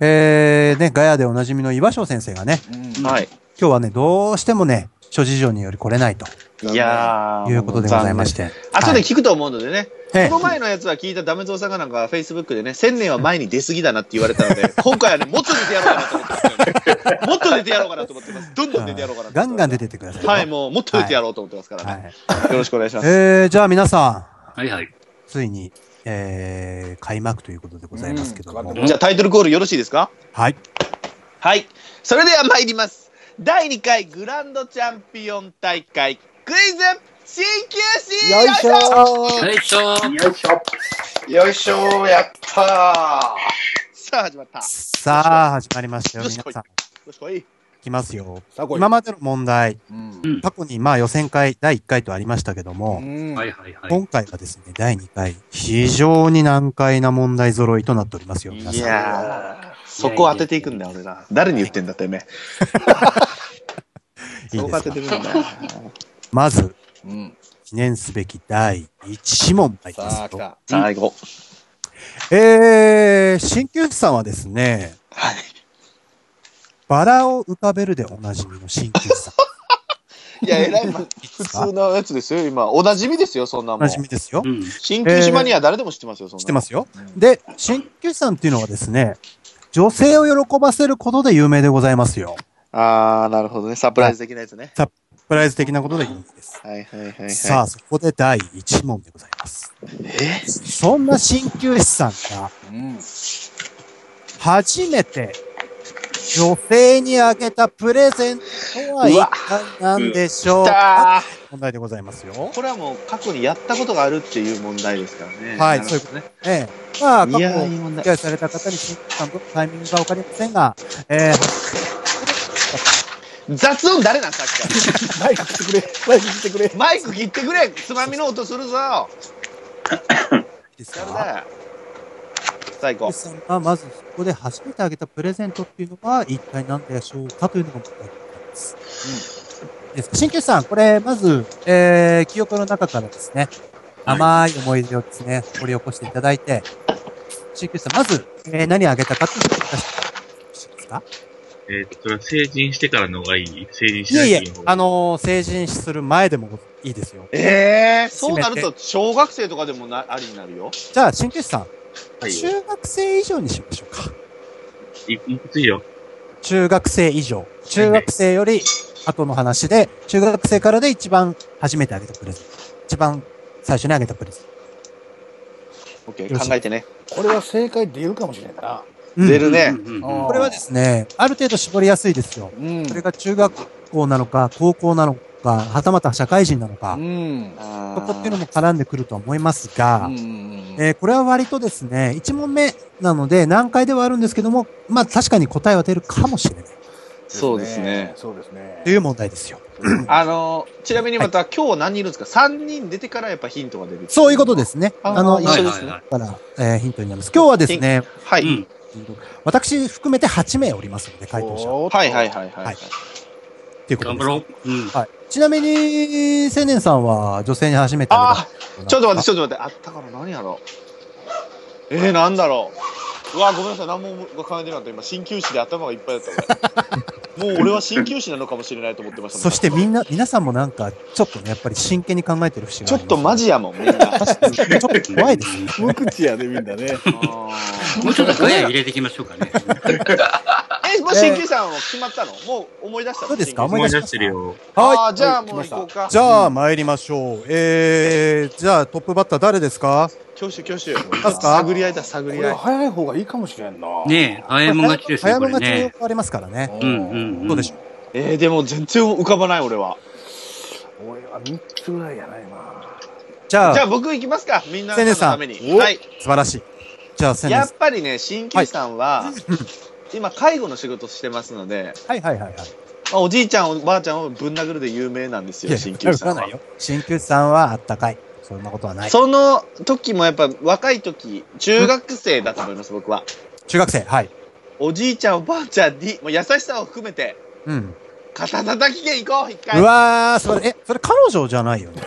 [SPEAKER 8] う
[SPEAKER 1] えー、ね、ガヤでおなじみの岩翔先生がね、
[SPEAKER 8] ん。
[SPEAKER 2] はい。
[SPEAKER 1] 今日はね、どうしてもね、諸事情により来れないと
[SPEAKER 2] いやー。。
[SPEAKER 1] いうことでございましてて。
[SPEAKER 2] 後で
[SPEAKER 1] はい
[SPEAKER 2] 聞くと思うのでね。
[SPEAKER 1] ええ
[SPEAKER 2] この前のやつは聞いたダメゾウさんがなんか、フェイスブックでね、千年は前に出過ぎだなって言われたの
[SPEAKER 1] <laughs>
[SPEAKER 2] で、今回はね、もっと出てやろうかなと思ってますよね。もっと出てやろうかなと思ってます。どんどん出てやろうかなと思ってま
[SPEAKER 1] ガ
[SPEAKER 2] す
[SPEAKER 1] ンガン出てってください。
[SPEAKER 2] はい、もう、もっと出てやろうと思ってますからね。
[SPEAKER 1] はい。
[SPEAKER 2] よろしくお願いします。
[SPEAKER 1] えー、じゃあ皆さん、
[SPEAKER 5] はいはい。
[SPEAKER 1] ついに、えー、開幕ということでございますけども。
[SPEAKER 8] うん
[SPEAKER 2] じゃあタイトルコールよろしいですか
[SPEAKER 1] はい。
[SPEAKER 2] はい。それでは参ります。第2回グランドチャンピオン大会クイズ新球師
[SPEAKER 8] よいしょー
[SPEAKER 5] 最初、
[SPEAKER 7] よいしょ。よいしょ、やったー。
[SPEAKER 2] さあ、始まった。よ
[SPEAKER 1] さあ、始まりましたよ、
[SPEAKER 2] よし
[SPEAKER 1] 皆さん。
[SPEAKER 2] しこい。
[SPEAKER 1] きますよ。
[SPEAKER 8] さこい
[SPEAKER 1] 今までの問題、
[SPEAKER 8] うん
[SPEAKER 5] うん
[SPEAKER 1] 過去にまあ予選会第1回とありましたけども、
[SPEAKER 8] うん
[SPEAKER 5] はいはいはい。
[SPEAKER 1] 今回はですね、第2回、非常に難解な問題揃いとなっておりますよ、
[SPEAKER 8] <laughs>
[SPEAKER 1] 皆
[SPEAKER 2] い
[SPEAKER 1] さん。
[SPEAKER 2] やー、そこを当てていくんだよ、俺ら。誰に言ってんだ、てめえ。
[SPEAKER 1] いい
[SPEAKER 2] そこ当
[SPEAKER 1] です
[SPEAKER 2] てて
[SPEAKER 1] か
[SPEAKER 2] くんだよ。
[SPEAKER 1] まず、
[SPEAKER 8] うん
[SPEAKER 1] 記念すべき第1問入りま
[SPEAKER 8] さあ来
[SPEAKER 1] すと。
[SPEAKER 8] た
[SPEAKER 2] 最後。
[SPEAKER 1] えー、鍼灸師さんはですね、
[SPEAKER 2] はい。
[SPEAKER 1] バラを浮かべるでおなじみの鍼灸師さん。
[SPEAKER 2] いや、えらい、ま普通のやつですよ、今。おなじみですよ、そんな
[SPEAKER 1] お
[SPEAKER 2] もん
[SPEAKER 1] な。じみですよ。
[SPEAKER 5] うん。
[SPEAKER 2] 新旧島には誰でも知ってますよ、そんなの。
[SPEAKER 1] 知ってますよ
[SPEAKER 8] うん。
[SPEAKER 1] で、鍼灸師さんっていうのはですね、女性を喜ばせることで有名でございますよ。
[SPEAKER 2] あー、なるほどね。サプライズ的なやつね。
[SPEAKER 1] サプライズ的なことで有名です。
[SPEAKER 2] はいはいはい、はい。
[SPEAKER 1] さあ、そこで第1問でございます。
[SPEAKER 2] え
[SPEAKER 1] そんな鍼灸師さんが、
[SPEAKER 8] うん
[SPEAKER 1] 初めて女性にあげたプレゼントは一体何でしょう
[SPEAKER 2] 来た
[SPEAKER 1] か問題でございますよ。
[SPEAKER 2] ーこれはもう過去にやったことがあるっていう問題ですからね。
[SPEAKER 1] はい
[SPEAKER 2] なるほどね。
[SPEAKER 1] ええ。まあ、過去
[SPEAKER 2] いやー、いい問
[SPEAKER 1] 理
[SPEAKER 2] 題。
[SPEAKER 1] 解された方に審査のタイミングがわかりませんが、えー、
[SPEAKER 2] 雑音誰なんさっきか
[SPEAKER 8] マイク来てくれマイク来てくれ
[SPEAKER 2] ら。マイク切ってくれつまみの音するぞ
[SPEAKER 1] いいです
[SPEAKER 2] 誰
[SPEAKER 1] か
[SPEAKER 2] だ最高。
[SPEAKER 1] さんがまずそこで初めてあげたプレゼントっていうのは一体何でしょうかというのが問題です。うん。ですか鍼灸師さん、これ、まず、えー、記憶の中からですね、甘い思い出をですね、掘り起こしていただいて、鍼灸師さん、まず、えー、何あげたかっていうのを聞かせてもらってよろしいですか
[SPEAKER 9] <laughs> えっと、それは成人してからの方がいい成人し
[SPEAKER 1] い
[SPEAKER 9] な
[SPEAKER 1] え
[SPEAKER 9] い
[SPEAKER 1] いえ
[SPEAKER 9] 時の方、が
[SPEAKER 1] あのー成人する前でもいいですよ。
[SPEAKER 2] えー、そうなると小学生とかでもなありになるよ。
[SPEAKER 1] じゃあ、鍼灸師さん、
[SPEAKER 9] はい
[SPEAKER 1] 中学生以上にしましょうか。
[SPEAKER 9] いいいくつよ。
[SPEAKER 1] 中学生以上。中学生より後の話で、中学生からで一番初めてあげたプレゼント。一番最初にあげたプレゼント。
[SPEAKER 2] オッケー、考えてね。
[SPEAKER 8] これは正解出るかもしれないな
[SPEAKER 1] うん
[SPEAKER 2] 出るね。
[SPEAKER 5] うんうんうん
[SPEAKER 8] あー
[SPEAKER 1] これはですね、ある程度絞りやすいですよ。
[SPEAKER 8] うん
[SPEAKER 1] それが中学校なのか、高校なのか、はたまた社会人なのか
[SPEAKER 8] う、ん
[SPEAKER 1] こ
[SPEAKER 2] こ
[SPEAKER 1] こっていうのも絡んでくるとは思いますが、えーこれは割とですね、1問目なので難解ではあるんですけども、まあ確かに答えは出るかもしれない
[SPEAKER 2] そうですね。
[SPEAKER 8] そうですね
[SPEAKER 1] という問題ですよ。
[SPEAKER 2] あのちなみにまた、今日何人いるんですか ?3 人出てからやっぱヒントが出る。
[SPEAKER 1] そういうことですね。
[SPEAKER 2] あ
[SPEAKER 1] あの、
[SPEAKER 2] 一
[SPEAKER 1] 今
[SPEAKER 2] 緒
[SPEAKER 1] か
[SPEAKER 2] ですね。
[SPEAKER 5] はい
[SPEAKER 1] ら、えーヒントになります。今日はですね、
[SPEAKER 2] はい。
[SPEAKER 5] うん
[SPEAKER 1] 私含めて8名おりますので、回答者。
[SPEAKER 8] おーっと
[SPEAKER 2] はいはいはいは
[SPEAKER 1] はいい。っていうこと
[SPEAKER 5] 頑張
[SPEAKER 1] です。
[SPEAKER 5] ろう。うん。
[SPEAKER 1] はい。ちなみに、青年さんは女性に初めて
[SPEAKER 2] あ
[SPEAKER 1] あ
[SPEAKER 2] あ、
[SPEAKER 1] げた。
[SPEAKER 2] ちょっと待って、ちょっと待って。あったから何やろう。えー、何だろう。うわ、ごめんなさい。何も考えてなかった。今、鍼灸師で頭がいっぱいだった
[SPEAKER 1] <laughs>
[SPEAKER 2] 俺。もう俺は鍼灸師なのかもしれないと思ってましたもん
[SPEAKER 1] そしてみんな、皆さんもなんか、ちょっとね、やっぱり真剣に考えてる節が
[SPEAKER 2] ちょ
[SPEAKER 1] あ
[SPEAKER 2] っ
[SPEAKER 1] ります
[SPEAKER 2] とマジやもん、みんな。
[SPEAKER 1] ちょっと怖いですね。
[SPEAKER 8] 無口やでみんなね
[SPEAKER 2] あー
[SPEAKER 5] もうちょっとガヤ入れていきましょうかね。
[SPEAKER 2] え、もう鍼灸師さんは決まったのもう思い出したの
[SPEAKER 1] そうですか
[SPEAKER 9] 思
[SPEAKER 1] 思
[SPEAKER 9] い
[SPEAKER 1] い
[SPEAKER 9] 出
[SPEAKER 1] 出しました
[SPEAKER 9] してるよ。
[SPEAKER 1] は
[SPEAKER 2] ああ、じゃあ
[SPEAKER 8] はい
[SPEAKER 2] もう行こうか
[SPEAKER 1] い。。じゃあ、参りましょう。えー、じゃあ、トップバッター誰ですか
[SPEAKER 2] 挙手挙手。
[SPEAKER 1] すか
[SPEAKER 2] 探り合いだ、
[SPEAKER 8] こ
[SPEAKER 2] 探り
[SPEAKER 8] れ
[SPEAKER 2] 合い。
[SPEAKER 8] 早い方がいいかもしれんな
[SPEAKER 5] ねえ、早いもん勝ちですね、
[SPEAKER 1] 早
[SPEAKER 5] こ
[SPEAKER 1] め
[SPEAKER 5] れ
[SPEAKER 1] がちに
[SPEAKER 5] ね。
[SPEAKER 1] 変わりますからね。
[SPEAKER 5] うんうんうん
[SPEAKER 1] どうでしょ
[SPEAKER 2] えー、でも全然浮かばない、俺は。
[SPEAKER 8] うん俺は3つぐらいやないな
[SPEAKER 1] じゃあ、
[SPEAKER 2] じゃあ僕行きますか、みんなのために
[SPEAKER 8] せ。ねさん
[SPEAKER 2] はい。
[SPEAKER 1] 素晴らしい。じゃあ、青
[SPEAKER 2] や
[SPEAKER 1] 年
[SPEAKER 2] っ
[SPEAKER 1] さん。
[SPEAKER 2] ぱりね、鍼灸師さんは、今、介護の仕事してますので、
[SPEAKER 1] はいはいはいはい。
[SPEAKER 2] まあ、おじいちゃん、おばあちゃんをぶん殴るで有名なんです
[SPEAKER 1] い
[SPEAKER 2] よ、
[SPEAKER 1] や
[SPEAKER 2] 鍼灸師さん
[SPEAKER 1] わか
[SPEAKER 2] は
[SPEAKER 1] ない。よ鍼灸師さんはあったかい。そんなことはない。
[SPEAKER 2] その時もやっぱ若い時、中学生だと思います、僕は。
[SPEAKER 1] 中学生、はい。
[SPEAKER 2] おじいちゃん、おばあちゃんに、もう優しさを含めて、
[SPEAKER 1] うん。
[SPEAKER 2] 肩叩き券行こう、一回。
[SPEAKER 1] うわー、それ、え、それ彼女じゃないよね。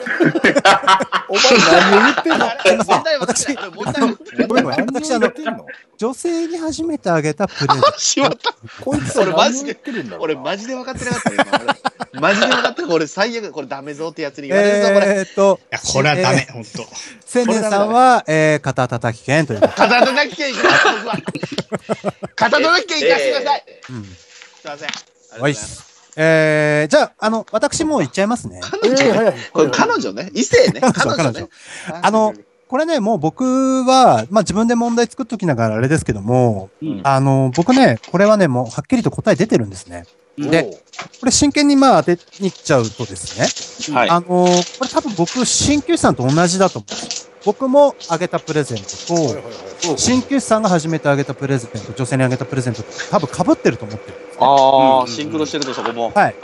[SPEAKER 8] お前何を言ってんの
[SPEAKER 2] あれ問題分かんない。問題分かんない
[SPEAKER 1] ごめんごめん私あ
[SPEAKER 8] 何
[SPEAKER 1] の
[SPEAKER 8] を言ってんの
[SPEAKER 1] 女性に初めてあげたプレゼント。
[SPEAKER 2] しまった。<laughs>
[SPEAKER 8] こいつは何を言ってるんだろう
[SPEAKER 2] 俺、
[SPEAKER 8] な
[SPEAKER 2] マジで分かってなかったよ今。俺マジで分かってなかった。俺、最悪、これダメぞってやつに言われるぞ、これ。
[SPEAKER 1] えーっと、
[SPEAKER 6] や、これはダメ、ほんと。
[SPEAKER 1] 青年さんは、えー、肩叩き券ということ。
[SPEAKER 2] 肩叩き券いきます、僕は。肩叩き券いかせてください。
[SPEAKER 1] うん。
[SPEAKER 2] すいません。ありがとうご
[SPEAKER 1] お
[SPEAKER 2] ざい
[SPEAKER 1] いっ
[SPEAKER 2] ます
[SPEAKER 1] す。えー、じゃあ、あの、私もう行っちゃいますね。
[SPEAKER 8] えー早い
[SPEAKER 2] これ彼女ね。異性ね。彼
[SPEAKER 1] 彼女
[SPEAKER 2] 女ね。
[SPEAKER 1] あの、これね、もう僕は、まあ、自分で問題作っときながらあれですけども、
[SPEAKER 2] うん
[SPEAKER 1] あの、僕ね、これはね、もうはっきりと答え出てるんですね。で、これ真剣にまあ当てにいっちゃうとですね、
[SPEAKER 2] はい。
[SPEAKER 1] あのーこれ多分僕、鍼灸師さんと同じだと思う。僕もあげたプレゼントと、鍼灸師さんが始めてあげたプレゼント、女性にあげたプレゼントと多分被ってると思ってるんですね。
[SPEAKER 2] ああ、シンクロしてるとそこも。
[SPEAKER 1] はい。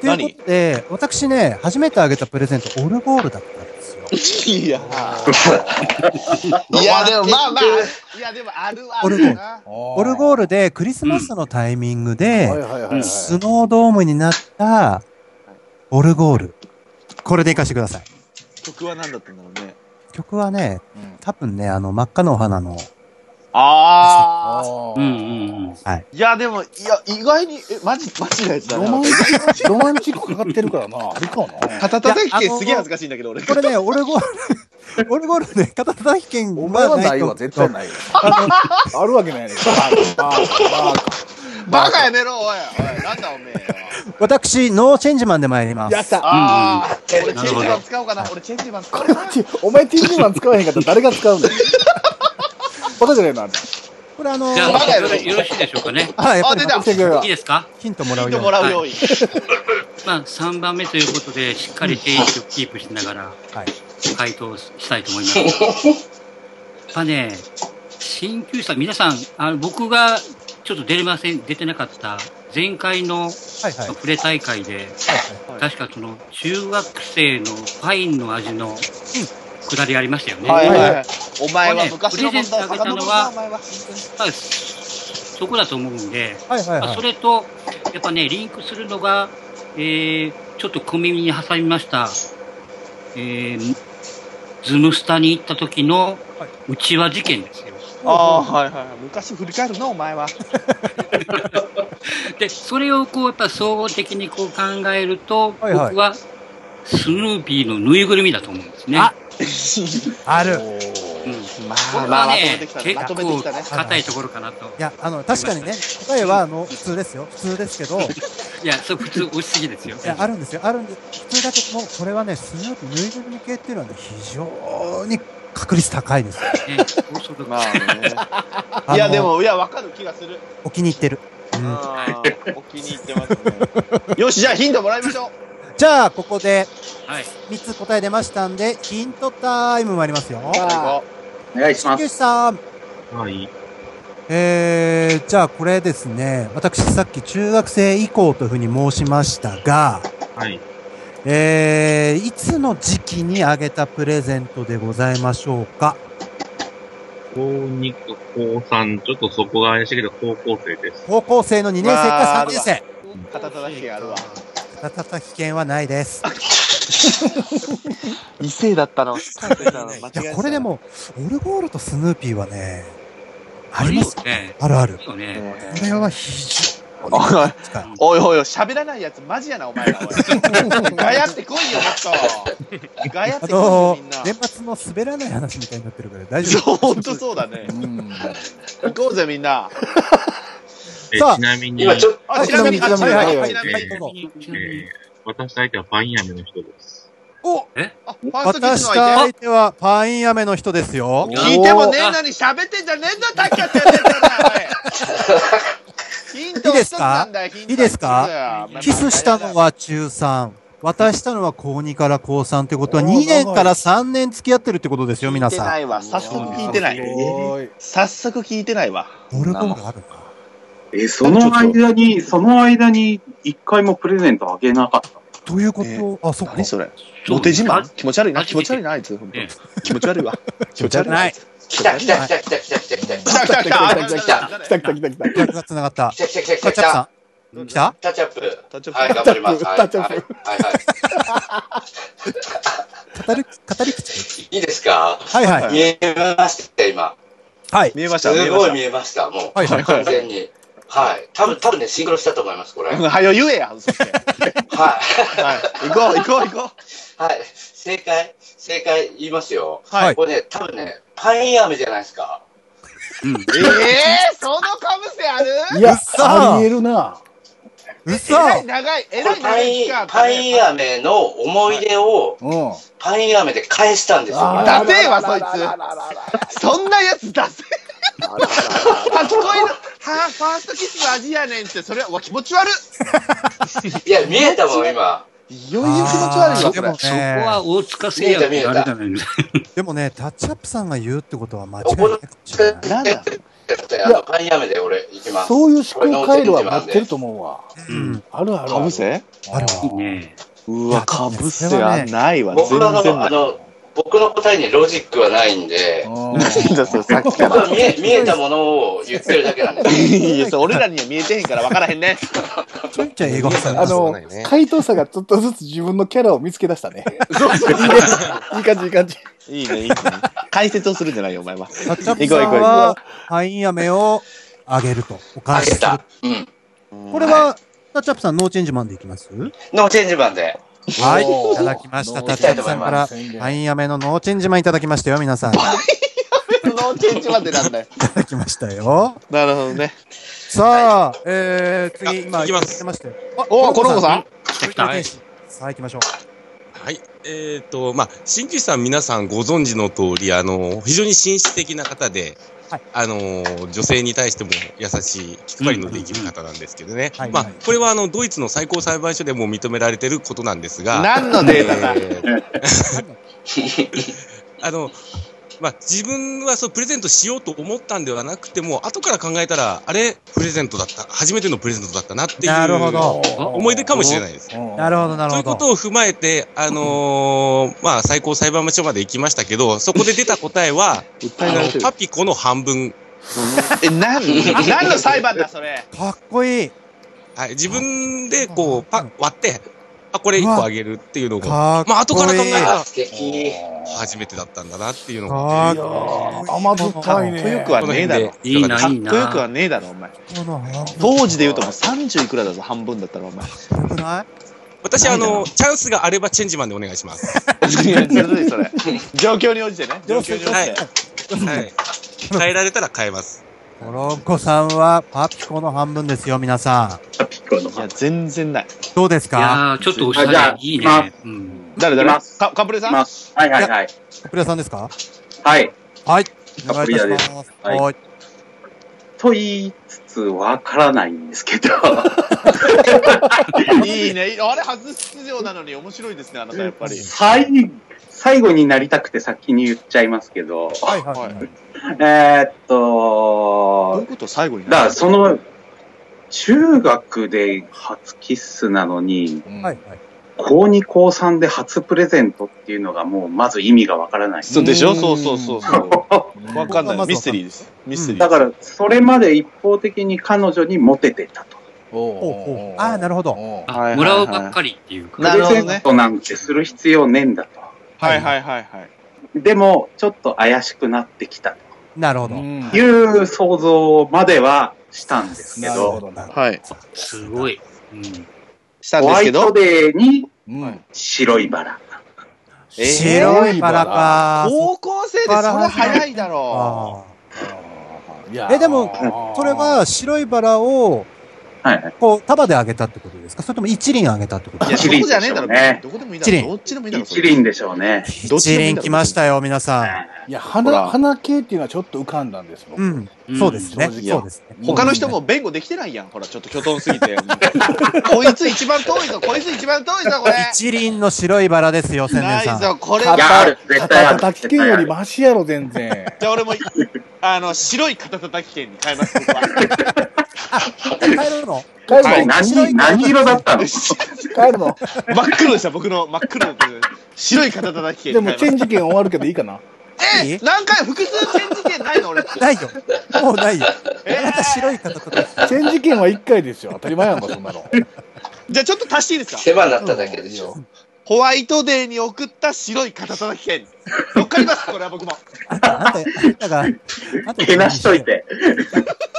[SPEAKER 1] ということで、私ね、初めてあげたプレゼント、オルゴールだったんですよ。
[SPEAKER 2] <laughs> いや <laughs> ー。いや、でもまあまあ、いや、でもあるはあるよな。
[SPEAKER 1] オルゴールでクリスマスのタイミングで、
[SPEAKER 8] はいはいはいはい。
[SPEAKER 1] スノードームになったオルゴール。これでいかしてください。
[SPEAKER 2] 曲は何だったんだろうね。
[SPEAKER 1] 曲はね、
[SPEAKER 8] うん
[SPEAKER 1] 多分ね、あの、真っ赤のお花の、
[SPEAKER 2] ああ。
[SPEAKER 8] あ
[SPEAKER 5] うんう
[SPEAKER 8] ー
[SPEAKER 5] んうん。
[SPEAKER 2] いや、でも、いや、意外に、え、マジ、マジなやつだ
[SPEAKER 8] ロ
[SPEAKER 2] な
[SPEAKER 8] マン。チ <laughs> ック、ロマンチックかかってるからな。あれかな。
[SPEAKER 2] 肩叩き
[SPEAKER 1] いやあ
[SPEAKER 2] 系
[SPEAKER 1] の
[SPEAKER 2] すげえ恥ずかしいんだけど、俺。
[SPEAKER 1] これ
[SPEAKER 2] <laughs>
[SPEAKER 1] ね、オルゴー
[SPEAKER 8] <laughs>
[SPEAKER 1] ル、オルゴールね、片手大剣
[SPEAKER 8] お前はないわ、
[SPEAKER 1] と
[SPEAKER 8] 絶対ないわ。あるわけないね。バーカ
[SPEAKER 2] バカやめろ、おい。おい、なんだおめえよ。
[SPEAKER 1] 私、ノーチェンジマンで参ります。
[SPEAKER 8] やった。
[SPEAKER 2] ああ、俺チェン
[SPEAKER 5] なるほ
[SPEAKER 2] ジ
[SPEAKER 5] ど
[SPEAKER 2] マン使おうかな。俺チェンジマン使おう
[SPEAKER 8] こ
[SPEAKER 2] か
[SPEAKER 8] れ
[SPEAKER 2] な
[SPEAKER 8] は。ち、お前 TG マン使わへんかったら誰が使うんだよ。バカじゃないのあんた
[SPEAKER 1] これあの
[SPEAKER 5] じゃあ、
[SPEAKER 2] バカやろ
[SPEAKER 5] よろしいでしょうかね。
[SPEAKER 1] あ、やっぱ
[SPEAKER 2] あ、
[SPEAKER 1] り
[SPEAKER 2] 出た。
[SPEAKER 8] 来てくれよ
[SPEAKER 5] いいですか
[SPEAKER 1] ヒントもら
[SPEAKER 2] ヒ
[SPEAKER 1] う
[SPEAKER 2] ン
[SPEAKER 1] よ
[SPEAKER 2] ト
[SPEAKER 1] う
[SPEAKER 2] も
[SPEAKER 1] に。
[SPEAKER 2] らう用意。
[SPEAKER 5] まあ、3番目ということで、しっかり定位置をキープしながら
[SPEAKER 1] はい、
[SPEAKER 5] 回答したいと思います。やっぱね、鍼灸師さん、皆さん、あの僕がちょっと出れません、出てなかった、前回の
[SPEAKER 1] はいはい。
[SPEAKER 5] プレ大会で、
[SPEAKER 2] はい
[SPEAKER 5] 確かその、中学生のパインの味の下りありましたよね。
[SPEAKER 2] はい
[SPEAKER 5] ま
[SPEAKER 2] はいはい。お前は昔の問題を
[SPEAKER 5] プレゼントあげたの
[SPEAKER 2] 遡るな
[SPEAKER 5] は
[SPEAKER 2] お前は。
[SPEAKER 5] あそこだと思うんで、
[SPEAKER 1] はいはい
[SPEAKER 5] まあ
[SPEAKER 1] は
[SPEAKER 5] そ
[SPEAKER 1] い。
[SPEAKER 5] れと、やっぱね、リンクするのが、えーちょっと小耳に挟みました、えーズムスタに行った時の
[SPEAKER 1] は
[SPEAKER 5] うちわ事件ですよ。
[SPEAKER 2] ああー、はいはい。昔振り返るな、お前は。
[SPEAKER 5] <laughs> で、それをこう、やっぱ総合的にこう考えると、
[SPEAKER 1] はいはい
[SPEAKER 5] 僕はスヌーピーのぬいぐるみだと思うんですね。
[SPEAKER 1] あある。
[SPEAKER 5] うん、
[SPEAKER 2] ま
[SPEAKER 5] こ
[SPEAKER 2] あ
[SPEAKER 5] れ
[SPEAKER 2] まあ、
[SPEAKER 5] は
[SPEAKER 2] まとめ
[SPEAKER 5] ね
[SPEAKER 2] てきた、ね。
[SPEAKER 5] 結
[SPEAKER 2] まとめて
[SPEAKER 5] 構
[SPEAKER 2] きたね。
[SPEAKER 5] 硬いところかなと。
[SPEAKER 1] いや、あの、確かにね、答えは、あの、普通ですよ。普通ですけど、い
[SPEAKER 5] いや、それ普通押しすぎですよ。
[SPEAKER 1] や、あるんですよ。あるんです。普通だけども、これはね、スヌープ、ぬいぐるみ系っていうのはね、非常に確率高いです。
[SPEAKER 5] ね、そうすると
[SPEAKER 2] まあ
[SPEAKER 1] あの
[SPEAKER 2] ね。いや、で、も、いや、わかる気がする。
[SPEAKER 1] お気に入ってる。う
[SPEAKER 2] うん
[SPEAKER 1] ん。
[SPEAKER 2] お気に入ってますね。よし、じゃあヒントもらいましょう。
[SPEAKER 1] じゃあ、ここで、
[SPEAKER 5] はい。
[SPEAKER 1] 3つ答え出ましたんで、ヒントタイム参りますよ。
[SPEAKER 2] 最後。
[SPEAKER 3] お願いしま
[SPEAKER 1] き
[SPEAKER 3] す。
[SPEAKER 1] ゅさん。
[SPEAKER 9] はい。
[SPEAKER 1] えー、じゃあこれですね、私さっき中学生以降というふうに申しましたが、
[SPEAKER 9] はい。
[SPEAKER 1] えー、いつの時期にあげたプレゼントでございましょうか
[SPEAKER 9] 高2か高3、ちょっとそこが怪しいけど、高校生です。
[SPEAKER 1] 高校生の2年生か3年生。
[SPEAKER 2] 肩叩きがあるわ。
[SPEAKER 1] たたた危険はないです。
[SPEAKER 2] <laughs> 異性だ
[SPEAKER 1] <laughs>
[SPEAKER 2] ったの。間違えたの間違
[SPEAKER 1] い
[SPEAKER 2] え
[SPEAKER 1] や、
[SPEAKER 2] た
[SPEAKER 1] これでも、オルゴールとスヌーピーはね、あり
[SPEAKER 5] いい
[SPEAKER 1] ま
[SPEAKER 5] よ
[SPEAKER 1] す。
[SPEAKER 5] ね。
[SPEAKER 1] あるある
[SPEAKER 5] い。いよ
[SPEAKER 2] ね
[SPEAKER 5] ね。
[SPEAKER 1] これは非常に
[SPEAKER 2] おい
[SPEAKER 1] 使い。
[SPEAKER 2] おいおいおい、喋らないやつマジやな、お前ら。おいガヤってこいよ、もっ
[SPEAKER 1] <laughs>
[SPEAKER 2] と。ガヤって
[SPEAKER 1] あ
[SPEAKER 2] こいよ、
[SPEAKER 1] の
[SPEAKER 2] みんな
[SPEAKER 1] ー、。年末の滑らない話みたいになってるから大丈
[SPEAKER 2] そう、ほんとそうだね。
[SPEAKER 8] うん。
[SPEAKER 2] 行こうぜ、みんな。
[SPEAKER 9] え
[SPEAKER 1] さあ
[SPEAKER 9] ちなみに、
[SPEAKER 7] 今ちょっと、
[SPEAKER 2] あ、ちなみに、あちなみに、
[SPEAKER 8] はいはい
[SPEAKER 2] ちなみ
[SPEAKER 1] 夫。
[SPEAKER 2] に
[SPEAKER 1] はい、どうぞ。
[SPEAKER 9] えー、私相手はパインアメの人です。
[SPEAKER 1] お
[SPEAKER 2] あ、ファーストキ
[SPEAKER 1] 私
[SPEAKER 2] スの
[SPEAKER 1] と
[SPEAKER 2] 相
[SPEAKER 1] 相手はパイン飴の人ですよ。
[SPEAKER 2] 手。聞いてもねえのに喋ってんじゃねえんだ、タッキャってやってんだよおいヒント一つなんだよ、ヒント一つ
[SPEAKER 1] いいですか
[SPEAKER 2] お前
[SPEAKER 1] キスしたのは中3。渡したのは高2から高3ってことは2年から3年付き合ってるってことですよ、
[SPEAKER 2] 聞
[SPEAKER 1] 皆
[SPEAKER 2] いてな
[SPEAKER 1] さ
[SPEAKER 2] いわ。早速聞いてない。
[SPEAKER 8] おーい。
[SPEAKER 2] 早速聞いてないわ。
[SPEAKER 1] ん。オルゴールあるか。
[SPEAKER 10] え、その間に、その間に、一回もプレゼントあげなかった。
[SPEAKER 1] というこ
[SPEAKER 2] え
[SPEAKER 1] と、あ、そっか。
[SPEAKER 2] 何それ
[SPEAKER 5] そう
[SPEAKER 2] モテ自慢
[SPEAKER 5] あ
[SPEAKER 2] 気持ち悪いな。
[SPEAKER 5] 初
[SPEAKER 2] 気
[SPEAKER 5] め
[SPEAKER 2] 持
[SPEAKER 5] て
[SPEAKER 2] ち悪いな、あいつ。ほんと
[SPEAKER 5] ね
[SPEAKER 2] 気持ち悪いわ。気持ち悪いわ。
[SPEAKER 1] ない。
[SPEAKER 7] 来た来た来た来た来た来た来
[SPEAKER 2] 来
[SPEAKER 7] た来
[SPEAKER 2] た来た来た来た
[SPEAKER 8] 来た来た来た来た来た。
[SPEAKER 1] 逆が繋がった。
[SPEAKER 7] た来た来た来
[SPEAKER 1] カ
[SPEAKER 7] た来
[SPEAKER 1] チャップさん。
[SPEAKER 7] た。
[SPEAKER 1] 来た
[SPEAKER 7] タッチアップ。
[SPEAKER 2] タッチアップ
[SPEAKER 7] はい、頑張ります。はい、は
[SPEAKER 8] タッ
[SPEAKER 7] い
[SPEAKER 8] チアップ、
[SPEAKER 7] はいはい。
[SPEAKER 1] 語り、語り口
[SPEAKER 7] <laughs> いいですか
[SPEAKER 1] はいはい。
[SPEAKER 7] 見えました、今。
[SPEAKER 1] はい。
[SPEAKER 2] 見えまし
[SPEAKER 7] す
[SPEAKER 2] た、見えま
[SPEAKER 7] ごい見
[SPEAKER 2] し
[SPEAKER 7] えました、も
[SPEAKER 1] はいは
[SPEAKER 7] う。
[SPEAKER 1] い。
[SPEAKER 7] 完全に。はい。多分、多分ね、シンクロしたと思います、これ。
[SPEAKER 2] た。
[SPEAKER 7] はい。
[SPEAKER 2] はよ言えや、そして。はい。行こう、行こう、行こう。
[SPEAKER 7] <laughs> はい。正解、正解言いますよ。
[SPEAKER 1] はい
[SPEAKER 7] これね、多分ね、パイン飴じゃないですか。
[SPEAKER 2] ええそのかぶせある
[SPEAKER 8] いや、
[SPEAKER 1] 嘘
[SPEAKER 8] ありえるな。
[SPEAKER 1] 嘘
[SPEAKER 2] えらい長い、え
[SPEAKER 7] こ
[SPEAKER 2] ら
[SPEAKER 7] れ
[SPEAKER 2] い長い期
[SPEAKER 7] パイン
[SPEAKER 2] 間あ、った
[SPEAKER 7] パ
[SPEAKER 2] ね
[SPEAKER 7] イン飴の思い出を、
[SPEAKER 8] うん。あ
[SPEAKER 7] パイン飴で返したんですよ。
[SPEAKER 8] ー
[SPEAKER 2] ダセえわそいつ
[SPEAKER 8] あらららららら
[SPEAKER 2] そんなやつ出せ。初恋の、はあ、ファーストキスの味やねんって、それは、うわ、気持ち悪っ。
[SPEAKER 7] いや、見えたもん、今。
[SPEAKER 2] いよいよ気持ち悪いわ。
[SPEAKER 5] そそこは大塚製薬があれじゃないの
[SPEAKER 1] でもね、タッチアップさんが言うってことは間違いないかもしれない。
[SPEAKER 2] なんだ
[SPEAKER 7] <laughs> あの、パインめで俺行きます。
[SPEAKER 8] そういう思考回路は持ってると思うわ。あるあるあ
[SPEAKER 2] か
[SPEAKER 8] る。
[SPEAKER 2] ぶせ
[SPEAKER 1] あるわ。
[SPEAKER 5] ね
[SPEAKER 2] うわ、かぶせはないわ。
[SPEAKER 7] 僕
[SPEAKER 2] 全
[SPEAKER 7] のあ
[SPEAKER 2] 然
[SPEAKER 7] の、
[SPEAKER 2] な
[SPEAKER 7] あ
[SPEAKER 2] い。
[SPEAKER 7] の、僕の答えにロジックはないんで、
[SPEAKER 2] なんだそれさっきか
[SPEAKER 7] 僕
[SPEAKER 2] ら。
[SPEAKER 7] は見え見えたものを言ってるだけなん
[SPEAKER 2] <laughs>
[SPEAKER 7] です。
[SPEAKER 2] いや、それ俺らには見えてへんから分からへんね。
[SPEAKER 1] ちょいちょい映画さん
[SPEAKER 8] あ
[SPEAKER 1] です。
[SPEAKER 8] の、回答者がちょっとずつ自分のキャラを見つけ
[SPEAKER 2] <laughs>
[SPEAKER 8] 出したね。いい感じ、いい感じ。
[SPEAKER 2] いいね、いいね。解説をするんじゃないよ、お前は。
[SPEAKER 1] タッチアップさんは、パイン飴をあげると。お
[SPEAKER 7] あ
[SPEAKER 1] 返し
[SPEAKER 7] げ
[SPEAKER 1] する
[SPEAKER 7] た。。うん。
[SPEAKER 1] これは、タッチアップさん、ノーチェンジマンでいきます
[SPEAKER 7] ノーチェンジ版で。
[SPEAKER 1] はい、いただきました。
[SPEAKER 8] おー
[SPEAKER 1] タッチアップさんから
[SPEAKER 8] 行きたいと思いま、す
[SPEAKER 1] パイン飴のノーチェンジマンいただきましたよ、皆さん。い
[SPEAKER 2] <laughs> ノーチェンジまでなんだよ。
[SPEAKER 1] ただきましたよ。
[SPEAKER 2] なるほどね。
[SPEAKER 1] さあ、えー、次、今、
[SPEAKER 4] あ行きます
[SPEAKER 1] てましたよ。
[SPEAKER 2] おー、コロコさん
[SPEAKER 5] 来た来
[SPEAKER 1] あ
[SPEAKER 5] た。
[SPEAKER 1] 天使さあ、行きましょう。
[SPEAKER 4] はい。えっ、と、まあ、新旧さん皆さんご存知の通り、あの、非常に紳士的な方で、
[SPEAKER 1] はい
[SPEAKER 4] あの、女性に対しても優しい、気配りのできる方なんですけどね。
[SPEAKER 1] はい
[SPEAKER 4] まあ
[SPEAKER 1] はい、
[SPEAKER 4] これはあの、ドイツの最高裁判所でも認められてることなんですが、
[SPEAKER 2] 何のデータだ
[SPEAKER 4] えーあの、まあ、自分はそうプレゼントしようと思ったんではなくても、後から考えたら、あれ、プレゼントだった、初めてのプレゼントだったなっていう
[SPEAKER 1] なるほど。
[SPEAKER 4] 思い出かもしれないです。
[SPEAKER 1] なるほど、なる
[SPEAKER 4] とい
[SPEAKER 1] ほ
[SPEAKER 4] うこ
[SPEAKER 1] ど。
[SPEAKER 4] とを踏まえて、あの
[SPEAKER 1] <laughs>
[SPEAKER 4] ーまあ、最高裁判所まで行きましたけど、そこで出た答えは、あ
[SPEAKER 2] <laughs> 訴えられて
[SPEAKER 4] の
[SPEAKER 2] る
[SPEAKER 4] パ。ピコの半
[SPEAKER 2] <laughs>
[SPEAKER 4] 分、
[SPEAKER 2] え、なん、何の裁判だ、それ。
[SPEAKER 1] かっこいい。
[SPEAKER 4] はい、自分でこうパ割って、あ、これ1
[SPEAKER 1] うわ
[SPEAKER 4] 個あげるっていうのが、
[SPEAKER 1] かっこいい。
[SPEAKER 4] まあ後から考えたら
[SPEAKER 7] あ、素敵。
[SPEAKER 4] 初めてだったんだなっていうのが、
[SPEAKER 1] かっ
[SPEAKER 8] いや
[SPEAKER 1] こいい。
[SPEAKER 8] ー甘酸っぱいね。
[SPEAKER 2] かっこよくは
[SPEAKER 4] この
[SPEAKER 2] ねえ
[SPEAKER 4] 辺
[SPEAKER 2] だろ
[SPEAKER 4] で。
[SPEAKER 5] いいな、
[SPEAKER 4] か
[SPEAKER 2] かっ
[SPEAKER 5] い
[SPEAKER 2] こ
[SPEAKER 5] いな。
[SPEAKER 2] よくはねえだろ、お前。
[SPEAKER 1] この半分
[SPEAKER 2] 当時で言うともう30いくらだぞ、半分だったら、お前。
[SPEAKER 1] よくない
[SPEAKER 4] 私、あの、チャンスがあればチェンジマンでお願いします。
[SPEAKER 2] いや、ずるい、それ。
[SPEAKER 1] <laughs>
[SPEAKER 2] 状況に応じてね。状況に応
[SPEAKER 4] は
[SPEAKER 2] じ
[SPEAKER 4] い
[SPEAKER 2] て。。
[SPEAKER 4] はい。変えられたら変えます。
[SPEAKER 1] コロンコさんはパピコの半分ですよ、皆さん。
[SPEAKER 3] パピコの
[SPEAKER 2] いや、全然ない。
[SPEAKER 1] どうです
[SPEAKER 5] い
[SPEAKER 1] か
[SPEAKER 5] やーちょっとおし
[SPEAKER 3] あじ
[SPEAKER 5] ゃ
[SPEAKER 3] ゃ
[SPEAKER 5] れ
[SPEAKER 3] あ。
[SPEAKER 5] いい
[SPEAKER 3] まあ
[SPEAKER 5] ね。うん。
[SPEAKER 2] 誰
[SPEAKER 3] い
[SPEAKER 2] 誰
[SPEAKER 3] ます
[SPEAKER 2] か、カプレさん
[SPEAKER 3] ま
[SPEAKER 2] あ
[SPEAKER 3] あ、はいはいはい。
[SPEAKER 1] カプリアさんですか
[SPEAKER 3] <laughs> はい。
[SPEAKER 1] はい。お願いいたし
[SPEAKER 3] カプリ
[SPEAKER 1] ます。
[SPEAKER 3] アです
[SPEAKER 1] はい。
[SPEAKER 3] と言いつつ、わからないんですけど。
[SPEAKER 2] <laughs> いいね。いいあれ、初出場なのに面白いですね、あなた、やっぱり。
[SPEAKER 3] 最、最後になりたくて先に言っちゃいますけど。 <laughs>
[SPEAKER 1] はいはいはい。
[SPEAKER 3] えーっ
[SPEAKER 2] どういう、
[SPEAKER 3] と
[SPEAKER 2] こと最後に
[SPEAKER 3] だからその、中学で初キッスなのに、
[SPEAKER 1] はいはい。
[SPEAKER 3] 高2高3で初プレゼントっていうのがもうまず意味がわからない。
[SPEAKER 2] そうでしょそうそうそうそう。わかん
[SPEAKER 1] ここがま
[SPEAKER 2] ない。
[SPEAKER 1] ず
[SPEAKER 2] ミステリーです。ミステリー。
[SPEAKER 3] だから、それまで一方的に彼女にモテてたと。
[SPEAKER 1] ほうほう。ああ、なるほど。
[SPEAKER 8] ど。
[SPEAKER 2] はいはいは
[SPEAKER 5] あ
[SPEAKER 2] い
[SPEAKER 5] もらうばっかりっていうか。
[SPEAKER 3] プ
[SPEAKER 2] なるほどね
[SPEAKER 3] レゼントなんてする必要ねえんだと。
[SPEAKER 2] はいはいはいはい。
[SPEAKER 3] でも、ちょっと怪しくなってきた
[SPEAKER 1] なるほど。
[SPEAKER 3] という想像まではしたんですけ
[SPEAKER 8] なるほ
[SPEAKER 3] ど、
[SPEAKER 8] どな。
[SPEAKER 2] はい。
[SPEAKER 5] すごい。うん。
[SPEAKER 2] したん
[SPEAKER 3] ホ
[SPEAKER 2] で
[SPEAKER 3] ワ
[SPEAKER 2] す
[SPEAKER 3] イ
[SPEAKER 2] け
[SPEAKER 3] ト
[SPEAKER 2] ど。
[SPEAKER 3] デーに
[SPEAKER 8] うん。
[SPEAKER 3] 白いバラ。
[SPEAKER 2] えー
[SPEAKER 1] 白いバラか。
[SPEAKER 2] 高校生でそれ早いだろ
[SPEAKER 1] あ
[SPEAKER 8] いや
[SPEAKER 1] ーえ、でも、これ、
[SPEAKER 8] あ
[SPEAKER 1] は白いバラを、
[SPEAKER 3] はいはい。
[SPEAKER 1] こう、束であげたってことですかそれとも一輪あげたってこと
[SPEAKER 2] う。い
[SPEAKER 1] で
[SPEAKER 2] や、
[SPEAKER 1] す
[SPEAKER 2] そ
[SPEAKER 1] か
[SPEAKER 3] 一輪
[SPEAKER 2] こじゃねえだろ
[SPEAKER 3] 一輪。
[SPEAKER 2] どこでもいいだ
[SPEAKER 1] 一輪
[SPEAKER 2] ろ。どっちでもいいだろ。そ
[SPEAKER 3] 一
[SPEAKER 2] れ
[SPEAKER 3] 輪でしょうね。
[SPEAKER 2] どっちで
[SPEAKER 1] 一
[SPEAKER 2] もいいん
[SPEAKER 1] 輪
[SPEAKER 2] だろ
[SPEAKER 1] 来ましたよ、皆さ
[SPEAKER 8] いや、
[SPEAKER 2] ほ
[SPEAKER 8] 花、
[SPEAKER 2] ら
[SPEAKER 8] 花系っていうのはちょっと浮かんだんです、僕
[SPEAKER 1] ん。うん。そうですね。
[SPEAKER 8] 正直
[SPEAKER 1] そうですね。
[SPEAKER 2] 他の人も弁護できてないやん。ほら、ちょっときょとんすぎて。もうこいつ一番遠いぞ。こいつ一番遠いぞ、これ。
[SPEAKER 1] 一輪の白いバラですよ、千
[SPEAKER 2] な
[SPEAKER 1] 年さ
[SPEAKER 2] い
[SPEAKER 1] ん。
[SPEAKER 2] ぞ、これ
[SPEAKER 8] い
[SPEAKER 3] いや、ある。絶対あ
[SPEAKER 8] 肩
[SPEAKER 3] る。
[SPEAKER 8] 叩き
[SPEAKER 3] 絶
[SPEAKER 8] 券
[SPEAKER 3] 対
[SPEAKER 8] よ
[SPEAKER 3] あ
[SPEAKER 8] り
[SPEAKER 3] る。
[SPEAKER 8] マシやろ、全然。
[SPEAKER 2] じゃあ俺も、あの、白い肩叩き券に変えます、僕は。
[SPEAKER 1] 帰れるの
[SPEAKER 8] 帰るの、
[SPEAKER 3] はい何、何色だったの
[SPEAKER 8] 帰るの。
[SPEAKER 2] 真っ黒でした、僕の真っ黒の白い肩叩き券
[SPEAKER 8] で
[SPEAKER 2] に
[SPEAKER 8] も、
[SPEAKER 2] 変え
[SPEAKER 8] チェンジ券終わるけどいいかな。
[SPEAKER 2] ます。
[SPEAKER 1] い
[SPEAKER 2] え
[SPEAKER 1] い
[SPEAKER 2] 何回複数チェンジ券ないの俺って。
[SPEAKER 1] ないよ。もうないよ。また白い方とか。
[SPEAKER 8] チェンジ券は1回ですよ。当たり前やんか、そんなの。
[SPEAKER 2] じゃあちょっと足していいですか
[SPEAKER 7] 世話になっただけでしょ。
[SPEAKER 2] ホワイトデーに送った白い肩叩き券。乗っかります、これは僕も。
[SPEAKER 1] あんた、あんた、あんたが、あんた
[SPEAKER 3] <laughs> けなしとい。て。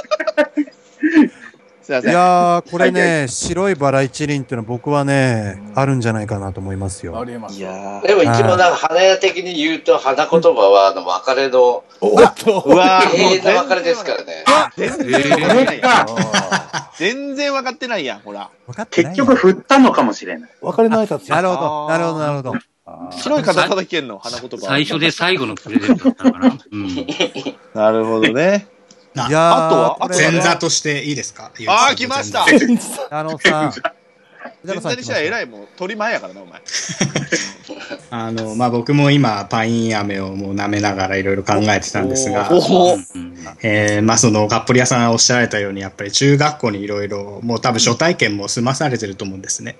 [SPEAKER 2] <laughs> すいません。
[SPEAKER 1] いやー、これ
[SPEAKER 3] はい
[SPEAKER 1] ね、白いバラ一輪っていうのは僕はね、あるんじゃないかなと思います
[SPEAKER 8] あ
[SPEAKER 1] よ。
[SPEAKER 8] りえます。
[SPEAKER 2] いや
[SPEAKER 7] でも一応なんか花屋的に言うと、花言葉はあの別れの、
[SPEAKER 8] おっと。
[SPEAKER 2] ー。うわー、も
[SPEAKER 7] 永
[SPEAKER 2] う
[SPEAKER 7] 遠の別れですからね。
[SPEAKER 2] 全然わかってないやん。
[SPEAKER 8] あ
[SPEAKER 2] 全然わかってないやん、ほら。
[SPEAKER 1] 分かってな
[SPEAKER 3] 結
[SPEAKER 1] いよ。
[SPEAKER 3] 局振ったのかもしれない。
[SPEAKER 8] ー別れの挨拶
[SPEAKER 1] な
[SPEAKER 8] や。
[SPEAKER 1] るほど、
[SPEAKER 2] あ
[SPEAKER 1] な
[SPEAKER 2] ー
[SPEAKER 1] るほど、なるほど。
[SPEAKER 2] 白い肩叩き券の花言葉。
[SPEAKER 5] 最初で最後のプレゼントだったのかな。
[SPEAKER 2] <laughs>
[SPEAKER 5] うん。
[SPEAKER 2] なるほどね。
[SPEAKER 6] あ
[SPEAKER 1] いやー
[SPEAKER 2] あとは
[SPEAKER 1] これ
[SPEAKER 2] あ
[SPEAKER 6] 前座としていいですか
[SPEAKER 2] あー、来ました。
[SPEAKER 1] あのさ、
[SPEAKER 2] <laughs> 全然にしたら偉いもん、取り前やからな、お前。
[SPEAKER 6] あの、まあ、僕も今、パイン飴をもう舐めながらいろいろ考えてたんですが、
[SPEAKER 2] おー
[SPEAKER 6] えーまあ、その、ガッポリ屋さんがおっしゃられたように、やっぱり中学校にいろいろ、もう多分初体験も済まされてると思うんですね。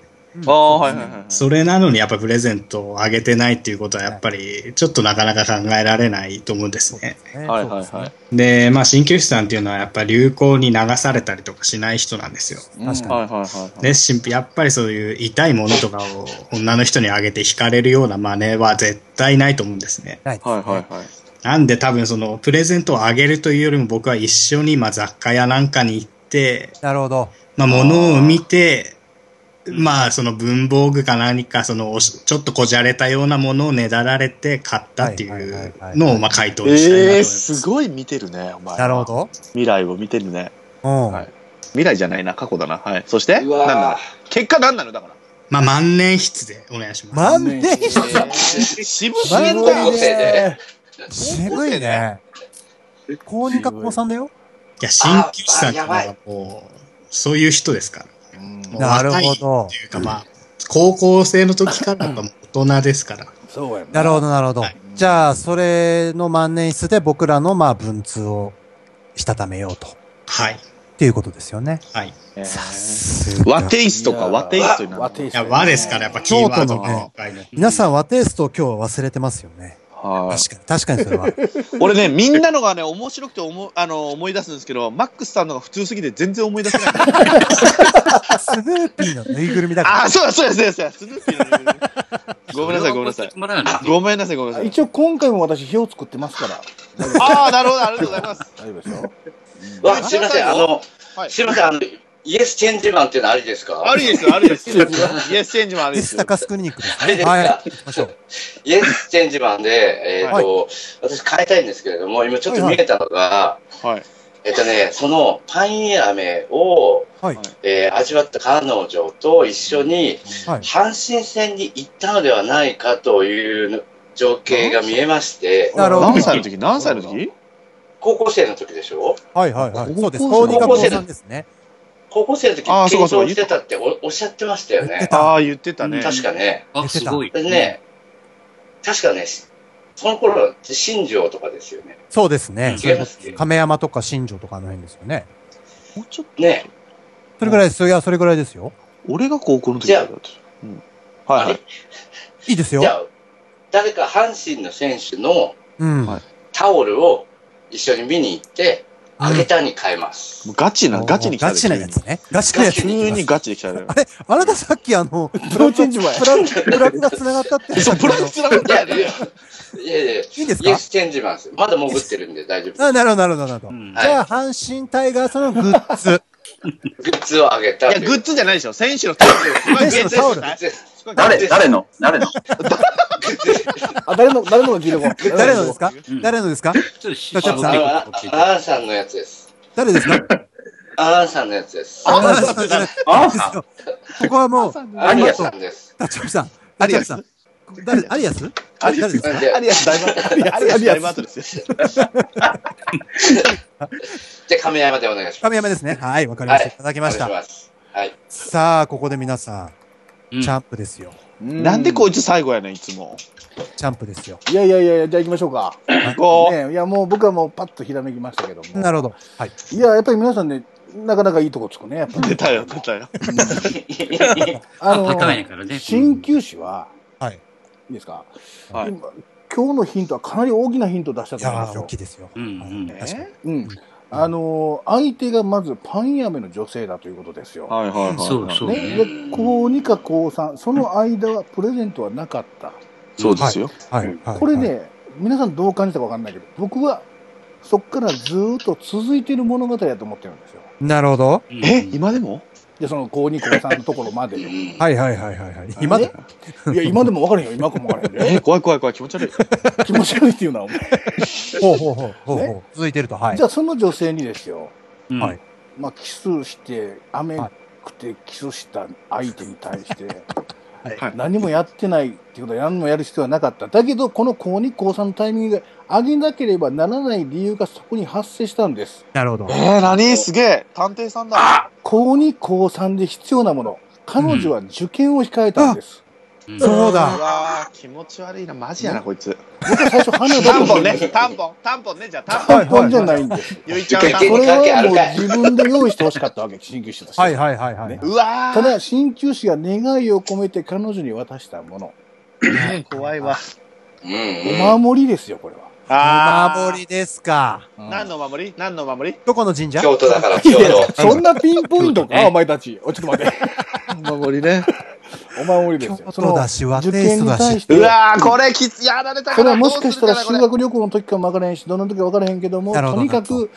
[SPEAKER 2] ああ、はいはいはい。
[SPEAKER 6] それなのにやっぱプレゼントをあげてないっていうことはやっぱりちょっとなかなか考えられないと思うんですね。
[SPEAKER 2] はいはいはい。
[SPEAKER 6] で、まあ鍼灸師さんっていうのはやっぱ流行に流されたりとかしない人なんですよ。
[SPEAKER 2] 確かに。はいはいはい。
[SPEAKER 6] で、神秘やっぱりそういう痛いものとかを女の人にあげて惹かれるような真似は絶対ないと思うんですね。
[SPEAKER 1] はい
[SPEAKER 2] はいはいはい。
[SPEAKER 6] なんで多分そのプレゼントをあげるというよりも僕は一緒にまあ雑貨屋なんかに行って、
[SPEAKER 1] なるほど。
[SPEAKER 6] まあ、物を見て、まあ、その文房具か何か、その、おしちょっとこじゃれたようなものをねだられて買ったっていうのを、まあ、回答にしたいなと思い
[SPEAKER 2] ええ、
[SPEAKER 6] ます。
[SPEAKER 2] すごい見てるね、お前。
[SPEAKER 1] なるほど。
[SPEAKER 2] 未来を見てるね。
[SPEAKER 1] うん。
[SPEAKER 2] はい未来じゃないな、過去だな。はい。そして、
[SPEAKER 7] うわー
[SPEAKER 2] 何なの結果何なのだから。
[SPEAKER 6] まあ、万年筆でお願いします。
[SPEAKER 1] 万年筆
[SPEAKER 2] 渋
[SPEAKER 1] 万
[SPEAKER 2] すぎ
[SPEAKER 1] 年
[SPEAKER 2] る
[SPEAKER 7] 高校
[SPEAKER 1] 筆
[SPEAKER 2] な。
[SPEAKER 7] 生で
[SPEAKER 1] 渋いね。高二か高三だよ。
[SPEAKER 6] いや、新旧師さんっていうのはもう、そういう人ですから。もう
[SPEAKER 1] なる
[SPEAKER 6] 若い
[SPEAKER 1] ほ
[SPEAKER 6] って
[SPEAKER 1] ど。
[SPEAKER 6] いうか、まあ、高校生の時からやっぱもう大人ですから。
[SPEAKER 8] そうやな。
[SPEAKER 1] なるほど、なるほど
[SPEAKER 6] はい。
[SPEAKER 1] じゃあ、それの万年筆で僕らの、まあ、文通をしたためようと。っ
[SPEAKER 6] はい。
[SPEAKER 1] ていうことですよね。
[SPEAKER 6] はい。
[SPEAKER 2] え
[SPEAKER 1] さ
[SPEAKER 2] ー
[SPEAKER 1] すが
[SPEAKER 2] 和テイストか、和テイストになる。
[SPEAKER 8] 和テイ
[SPEAKER 6] い
[SPEAKER 8] スト
[SPEAKER 6] や、
[SPEAKER 8] ね
[SPEAKER 6] 和ですから、やっぱキーワードがいっぱいね
[SPEAKER 1] 皆さん和テイストを今日は忘れてますよ
[SPEAKER 2] は
[SPEAKER 1] ね。
[SPEAKER 2] い
[SPEAKER 1] 確かに、確かにそ
[SPEAKER 2] <laughs>
[SPEAKER 1] れは。
[SPEAKER 2] 俺ね、みんなのがね、面白くて思うあの思い出すんですけど、マックスさんのが普通すぎて全然思い出せない。
[SPEAKER 1] スヌーピーの <laughs> ぬいぐるみだから。
[SPEAKER 2] あ、そうだ、そうだ、そうだ、そうだ、スヌーピーのぬいぐるみごめんなさい、ごめんなさい。
[SPEAKER 5] もらうの
[SPEAKER 2] ご <laughs> めんなさい、ごめんなさい。
[SPEAKER 8] 一応今回も私、火を作ってますから。
[SPEAKER 2] ああ、なるほど、ありがとうございます。
[SPEAKER 8] 大丈夫でしょ
[SPEAKER 7] わすいませんあの、
[SPEAKER 2] はい
[SPEAKER 7] すいませんあのイエスチェンジマンっていうのありですか
[SPEAKER 2] ありですよ、あり <laughs> です
[SPEAKER 7] <laughs>
[SPEAKER 2] よ。イエスチェンジもありで
[SPEAKER 1] デス
[SPEAKER 2] す
[SPEAKER 1] タ
[SPEAKER 2] よ。
[SPEAKER 1] カスクリニックです
[SPEAKER 7] あれ
[SPEAKER 1] ね。
[SPEAKER 7] ですか
[SPEAKER 1] はい。行きましょう。
[SPEAKER 7] イエスチェンジマンで、えーと私変えたいんですけれども今ちょっと見えたのが、
[SPEAKER 2] はい。
[SPEAKER 7] えっとねそのパイン飴を、
[SPEAKER 1] はい。
[SPEAKER 7] えー味わった彼女と一緒に
[SPEAKER 1] はい。
[SPEAKER 7] 阪神戦に行ったのではないかという情景が見えまして
[SPEAKER 1] なるほど。
[SPEAKER 2] 何歳の時何歳の時
[SPEAKER 7] 高校生の時でしょ
[SPEAKER 1] はいはいはい。そうです。
[SPEAKER 2] 高校
[SPEAKER 1] 高二
[SPEAKER 2] 生
[SPEAKER 1] か高三ですね。
[SPEAKER 7] 高校生の時
[SPEAKER 2] あーそう
[SPEAKER 7] 緊
[SPEAKER 2] かそう
[SPEAKER 7] 張
[SPEAKER 2] か
[SPEAKER 7] してたっておおっしゃってましたよ
[SPEAKER 1] 言って
[SPEAKER 7] ね
[SPEAKER 1] た
[SPEAKER 2] ああ、言ってたね。
[SPEAKER 7] 確かね
[SPEAKER 5] あ、すごい。
[SPEAKER 7] でね、確かね、その頃って新庄とかですよね。
[SPEAKER 1] そうですね。
[SPEAKER 7] 違いますっけ
[SPEAKER 1] 亀山とか新庄とかあの辺ですよね。
[SPEAKER 2] もうちょっと、
[SPEAKER 7] ね、
[SPEAKER 1] それぐらいですよ。いや、それぐらいですよ。
[SPEAKER 2] 俺が高校の時だった。うんはいはい。
[SPEAKER 1] いいです
[SPEAKER 7] じゃ
[SPEAKER 1] よ。
[SPEAKER 7] あ、誰か阪神の選手の
[SPEAKER 1] うん。
[SPEAKER 2] はい
[SPEAKER 7] タオルを一緒に見に行って、あげたに変えます。
[SPEAKER 2] もうガチな、ガチに来たね。
[SPEAKER 1] ガチなやつね。ガチなやつ。
[SPEAKER 2] 急に。急にガチで来たね。
[SPEAKER 1] あれあなたさっき
[SPEAKER 7] <laughs>
[SPEAKER 1] あの、
[SPEAKER 8] プロチェンジ前。
[SPEAKER 1] プラグ、プラグが繋がったって。
[SPEAKER 2] そう、プラスつながっ
[SPEAKER 7] いや
[SPEAKER 2] た
[SPEAKER 7] い
[SPEAKER 2] よ
[SPEAKER 7] やい
[SPEAKER 2] ね。
[SPEAKER 7] やいや、
[SPEAKER 1] いいんです
[SPEAKER 7] イエ
[SPEAKER 1] か
[SPEAKER 7] スチェンジマンです。まだ潜ってるんで
[SPEAKER 5] <laughs>
[SPEAKER 7] 大丈夫
[SPEAKER 1] あ、
[SPEAKER 7] で
[SPEAKER 1] なるほど、なるほど、なるほど。
[SPEAKER 5] うん
[SPEAKER 1] じゃあ、阪神タイガースのグッズ。
[SPEAKER 7] す。グッズをあげた
[SPEAKER 2] いや、
[SPEAKER 7] という。
[SPEAKER 2] グッズじゃないでしょ。選手のタオル。
[SPEAKER 1] <laughs> 選手のタオル
[SPEAKER 7] グッズです
[SPEAKER 2] すごい
[SPEAKER 10] 誰、誰の誰の
[SPEAKER 8] あ、誰の、誰のが聞いてこう
[SPEAKER 1] <laughs> 誰のですか
[SPEAKER 5] うん
[SPEAKER 1] 誰のですか
[SPEAKER 5] ちょっとし
[SPEAKER 1] ガチャピンさ
[SPEAKER 7] あ
[SPEAKER 1] ん
[SPEAKER 7] のあアーさんのやつです。
[SPEAKER 1] 誰ですか
[SPEAKER 7] アーさんのやつです。
[SPEAKER 1] あなたじゃない
[SPEAKER 10] あ
[SPEAKER 1] ここはもう、
[SPEAKER 7] アリアさんです。
[SPEAKER 1] ダチョウさん、アリアスさん。誰、アリアス誰ですか
[SPEAKER 7] じゃ
[SPEAKER 2] ありやす、だいぶ後。ありやす、だいぶ後ですよ。
[SPEAKER 7] あじゃあ亀山でお願いします。
[SPEAKER 1] 亀山ですね。はい、わかりました。
[SPEAKER 7] はい
[SPEAKER 1] いただきまし
[SPEAKER 7] お
[SPEAKER 1] た。
[SPEAKER 7] 願いします。はい。
[SPEAKER 1] さあ、ここで皆さ、
[SPEAKER 5] うんん
[SPEAKER 1] チャンプですよ。
[SPEAKER 2] なんでこいつ最後やねん、いつも。
[SPEAKER 1] チャンプですよ。
[SPEAKER 8] いやいやいや、じゃあ行きましょ
[SPEAKER 2] <coughs>
[SPEAKER 8] うか。
[SPEAKER 2] こう。
[SPEAKER 8] ね、いや、もう僕はもうパッとひらめきましたけども。
[SPEAKER 1] なるほど。はい。
[SPEAKER 8] いや、やっぱり皆さんね、なかなかいいとこつくね、やっぱり。
[SPEAKER 2] 出たよ、出たよ。
[SPEAKER 8] <laughs> あの、
[SPEAKER 5] 高いねからね。
[SPEAKER 8] 鍼灸師は、
[SPEAKER 1] はい。
[SPEAKER 8] いいですか、
[SPEAKER 2] はい
[SPEAKER 8] 今今日のヒントはかなり大きなヒントを出した
[SPEAKER 1] い
[SPEAKER 8] と思い
[SPEAKER 1] や
[SPEAKER 8] ます
[SPEAKER 1] ー、大
[SPEAKER 8] よ
[SPEAKER 1] きい。ですよ。
[SPEAKER 5] うんうん
[SPEAKER 1] はい
[SPEAKER 2] え
[SPEAKER 1] 確かに
[SPEAKER 8] うん。あのー相手がまずパン屋めの女性だということですよ。
[SPEAKER 2] はいはいはいはい。
[SPEAKER 5] そうそう
[SPEAKER 8] ね、で高2か高3、その間はプレゼントはなかった。
[SPEAKER 2] そうですよ。
[SPEAKER 1] はい。はい
[SPEAKER 8] これ、ね、皆さんどう感じたかわかんないけど、僕はそこからずーっと続いている物語だと思ってるんですよ。
[SPEAKER 1] なるほど。
[SPEAKER 5] うん
[SPEAKER 2] え、今でも
[SPEAKER 8] で、その高2、高3のところまでよ。い
[SPEAKER 1] <laughs> はいはいはいはいはい。今だ
[SPEAKER 8] ね。や、今でもわかるよ、今かもわかるよ。
[SPEAKER 5] <laughs>
[SPEAKER 2] え、怖い怖い怖い、気持ち悪い。
[SPEAKER 8] 気持ち悪いっていうのはお前。
[SPEAKER 1] ほうほうほうほうほう。続いてると。はい
[SPEAKER 8] じ。ゃあその女性にですよ、
[SPEAKER 5] うん
[SPEAKER 1] はい
[SPEAKER 8] まあ、キスして雨くてキスした相手に対して、
[SPEAKER 2] <laughs> はい
[SPEAKER 8] 何もやってないっていうことは何もやる必要はなかっただけどこの高2高3のタイミングで上げなければならない理由がそこに発生したんです
[SPEAKER 1] なるほど。
[SPEAKER 2] えー、何すげえ。探偵さんだ。
[SPEAKER 8] 高2高3で必要なもの彼女は受験を控えたんです。
[SPEAKER 2] そうだ。わー気持ち悪いな、マジやな、こいつ。
[SPEAKER 8] 僕は最初花だと
[SPEAKER 2] タン
[SPEAKER 8] 思
[SPEAKER 2] ポ
[SPEAKER 8] い
[SPEAKER 2] ン
[SPEAKER 8] まし
[SPEAKER 2] ね、
[SPEAKER 8] た
[SPEAKER 2] タンポン、タンポンね、じゃあタ
[SPEAKER 8] タ
[SPEAKER 2] ン
[SPEAKER 8] ン
[SPEAKER 2] ポン。
[SPEAKER 8] ポンじゃないんです。
[SPEAKER 2] ゆいち
[SPEAKER 8] そ
[SPEAKER 2] ゃん、
[SPEAKER 8] れ
[SPEAKER 2] タンポン。
[SPEAKER 8] はもう自分で用意してほしかったわけ、鍼灸師として。
[SPEAKER 1] はいはいはいはい。
[SPEAKER 2] うわ
[SPEAKER 8] ただ、鍼灸師が願いを込めて彼女に渡したもの。
[SPEAKER 2] 怖いわ。
[SPEAKER 8] お守りですよ、これは。
[SPEAKER 2] あ
[SPEAKER 1] お守りですか。
[SPEAKER 2] ー何のお守り何のお守り
[SPEAKER 1] どこの神社
[SPEAKER 7] 京都だから、
[SPEAKER 8] い
[SPEAKER 7] 京
[SPEAKER 8] やいや
[SPEAKER 7] 都。
[SPEAKER 8] そんなピンポイントか、お前たち。おちょっ
[SPEAKER 2] <laughs>
[SPEAKER 8] と待って。
[SPEAKER 2] お守りね。
[SPEAKER 8] お守りですよ。
[SPEAKER 1] 京都だし
[SPEAKER 8] その
[SPEAKER 1] 和テイ
[SPEAKER 8] 受験
[SPEAKER 1] スト
[SPEAKER 8] に
[SPEAKER 1] だし
[SPEAKER 8] 対して。
[SPEAKER 2] うわーこれきつ、やられた
[SPEAKER 8] そ
[SPEAKER 2] か
[SPEAKER 8] れ
[SPEAKER 2] ら
[SPEAKER 8] はもしかしたら
[SPEAKER 2] どうす
[SPEAKER 8] 修
[SPEAKER 2] るかなこ
[SPEAKER 8] 学旅行の時かも分からへんし、どんな時か分からへんけども、
[SPEAKER 1] なるほど
[SPEAKER 8] とにかく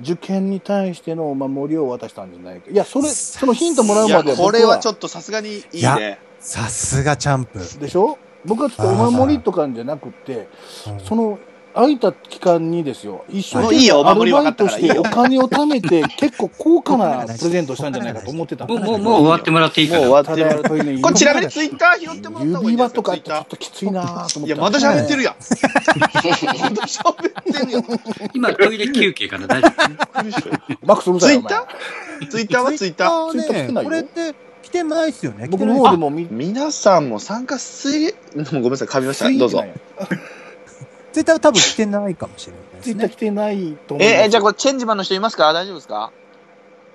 [SPEAKER 8] 受験に対してのお守りを渡したんじゃないか。いや、それ、そのヒントもら
[SPEAKER 2] れ
[SPEAKER 8] う
[SPEAKER 2] い
[SPEAKER 8] ま
[SPEAKER 2] や、
[SPEAKER 8] で
[SPEAKER 2] これはちょ
[SPEAKER 8] っ
[SPEAKER 2] っとさすがにいい
[SPEAKER 1] いや
[SPEAKER 2] ね。
[SPEAKER 1] さすがチャンプ。
[SPEAKER 8] と。でしょ僕はちょっとお守りとかじゃなくて、その、空いた期間にですよ、一生
[SPEAKER 2] もういい
[SPEAKER 8] 懸
[SPEAKER 2] よお
[SPEAKER 8] 命ア
[SPEAKER 2] 守り
[SPEAKER 8] ル
[SPEAKER 2] 分
[SPEAKER 8] バ
[SPEAKER 2] かった
[SPEAKER 8] イ
[SPEAKER 2] から
[SPEAKER 8] トしてお金を貯めて、結構高価なプレゼントしたんじゃないかと思ってたん
[SPEAKER 5] も
[SPEAKER 8] で
[SPEAKER 5] う、
[SPEAKER 8] す
[SPEAKER 5] もう、もう終わってもらっていいか
[SPEAKER 2] もう終
[SPEAKER 5] な。
[SPEAKER 2] わったて
[SPEAKER 8] だ
[SPEAKER 2] も
[SPEAKER 8] や
[SPEAKER 2] らう。
[SPEAKER 8] っぱりね、
[SPEAKER 2] これちなみにツイッター拾ってもらった方がいいんじゃない
[SPEAKER 8] 指輪
[SPEAKER 2] です
[SPEAKER 8] と
[SPEAKER 2] か、
[SPEAKER 8] か
[SPEAKER 2] ツイッ
[SPEAKER 8] ってちょ
[SPEAKER 2] タ
[SPEAKER 8] っときついなぁと
[SPEAKER 2] ー。
[SPEAKER 8] 思
[SPEAKER 2] い
[SPEAKER 8] っ
[SPEAKER 2] や、
[SPEAKER 8] て。
[SPEAKER 2] まだ喋ってるやん。まだ喋ってるよ。
[SPEAKER 5] 今、トイレ休憩かな、大丈夫。
[SPEAKER 8] マックスうるさ
[SPEAKER 2] <laughs> ツイ
[SPEAKER 8] いよ、
[SPEAKER 2] ッ
[SPEAKER 8] お前。
[SPEAKER 2] ターツイッターはツイッター。
[SPEAKER 8] ツイッター来てないよ
[SPEAKER 1] これって来てないっすよね。
[SPEAKER 8] 僕
[SPEAKER 1] 来
[SPEAKER 8] の
[SPEAKER 1] て
[SPEAKER 8] 方
[SPEAKER 1] ない
[SPEAKER 8] でも見
[SPEAKER 2] 皆さんも参加する、 <laughs> もうごめんなさい、噛みました。どうぞ。
[SPEAKER 1] ツイッターは多分来てないかもしれないで
[SPEAKER 8] ツイ
[SPEAKER 1] す
[SPEAKER 8] ッター
[SPEAKER 1] ね。
[SPEAKER 8] 来てないと思う。
[SPEAKER 2] えー、えーじゃあこ
[SPEAKER 8] こ
[SPEAKER 2] れチェンジマンの人いますか大丈夫ですか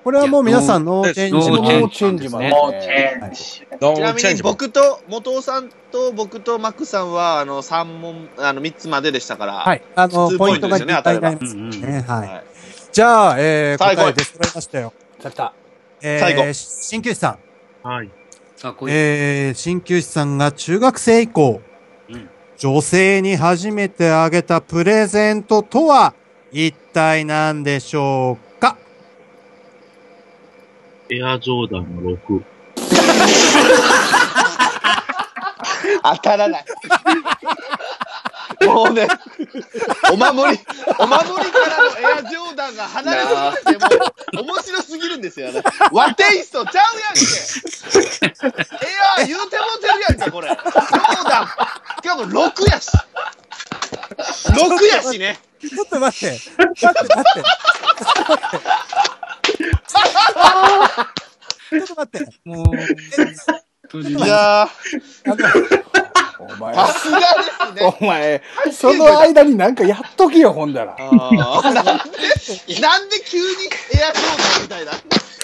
[SPEAKER 1] これはもう皆さんのチェンジ
[SPEAKER 5] ノ
[SPEAKER 8] れ
[SPEAKER 5] ー
[SPEAKER 1] も
[SPEAKER 5] チェン
[SPEAKER 8] もうチェンジマン
[SPEAKER 5] ノ
[SPEAKER 8] ですね。
[SPEAKER 3] えー
[SPEAKER 4] どう
[SPEAKER 2] ち
[SPEAKER 4] も
[SPEAKER 2] なみ
[SPEAKER 4] チェン
[SPEAKER 2] に
[SPEAKER 4] ジマン
[SPEAKER 2] 僕と、元尾さんと僕とマックさんは、あの、三問、あの、三つまででしたから。
[SPEAKER 1] はい。あの
[SPEAKER 2] 普、通
[SPEAKER 1] ポイントが
[SPEAKER 2] ポイントですよね
[SPEAKER 1] 2回になります
[SPEAKER 5] 当たれば
[SPEAKER 1] ね。は
[SPEAKER 2] はい
[SPEAKER 1] い。じゃあ、えー、
[SPEAKER 2] 最後
[SPEAKER 1] 答え出揃いましたよ。
[SPEAKER 8] さあ来た。
[SPEAKER 1] えー、
[SPEAKER 2] 最後
[SPEAKER 1] 鍼灸師さん。
[SPEAKER 9] はい。
[SPEAKER 5] さあ、こういう。
[SPEAKER 1] えー、鍼灸師さんが中学生以降、
[SPEAKER 5] うん
[SPEAKER 1] 女性に初めてあげたプレゼントとは一体何でしょうか
[SPEAKER 9] エアジョーダンの6。
[SPEAKER 2] 当たらない。もうね、お守り、お守りからのエアジョーダンが離れすぎて、もう、面白すぎるんですよね。和テイストちゃうやんけ。エア言うてもうてるやんか、これ。ジョーダン。しかも6やし。6やしね。
[SPEAKER 1] ちょっと待って。待って待って。ちょっと待って。
[SPEAKER 5] もう、
[SPEAKER 2] いや
[SPEAKER 8] お前
[SPEAKER 2] ー、、さすがですね。
[SPEAKER 8] お前、その間になんかやっとけよ、ほんだら。
[SPEAKER 2] あーなんで、なんで急にエアジョーダンみたいな。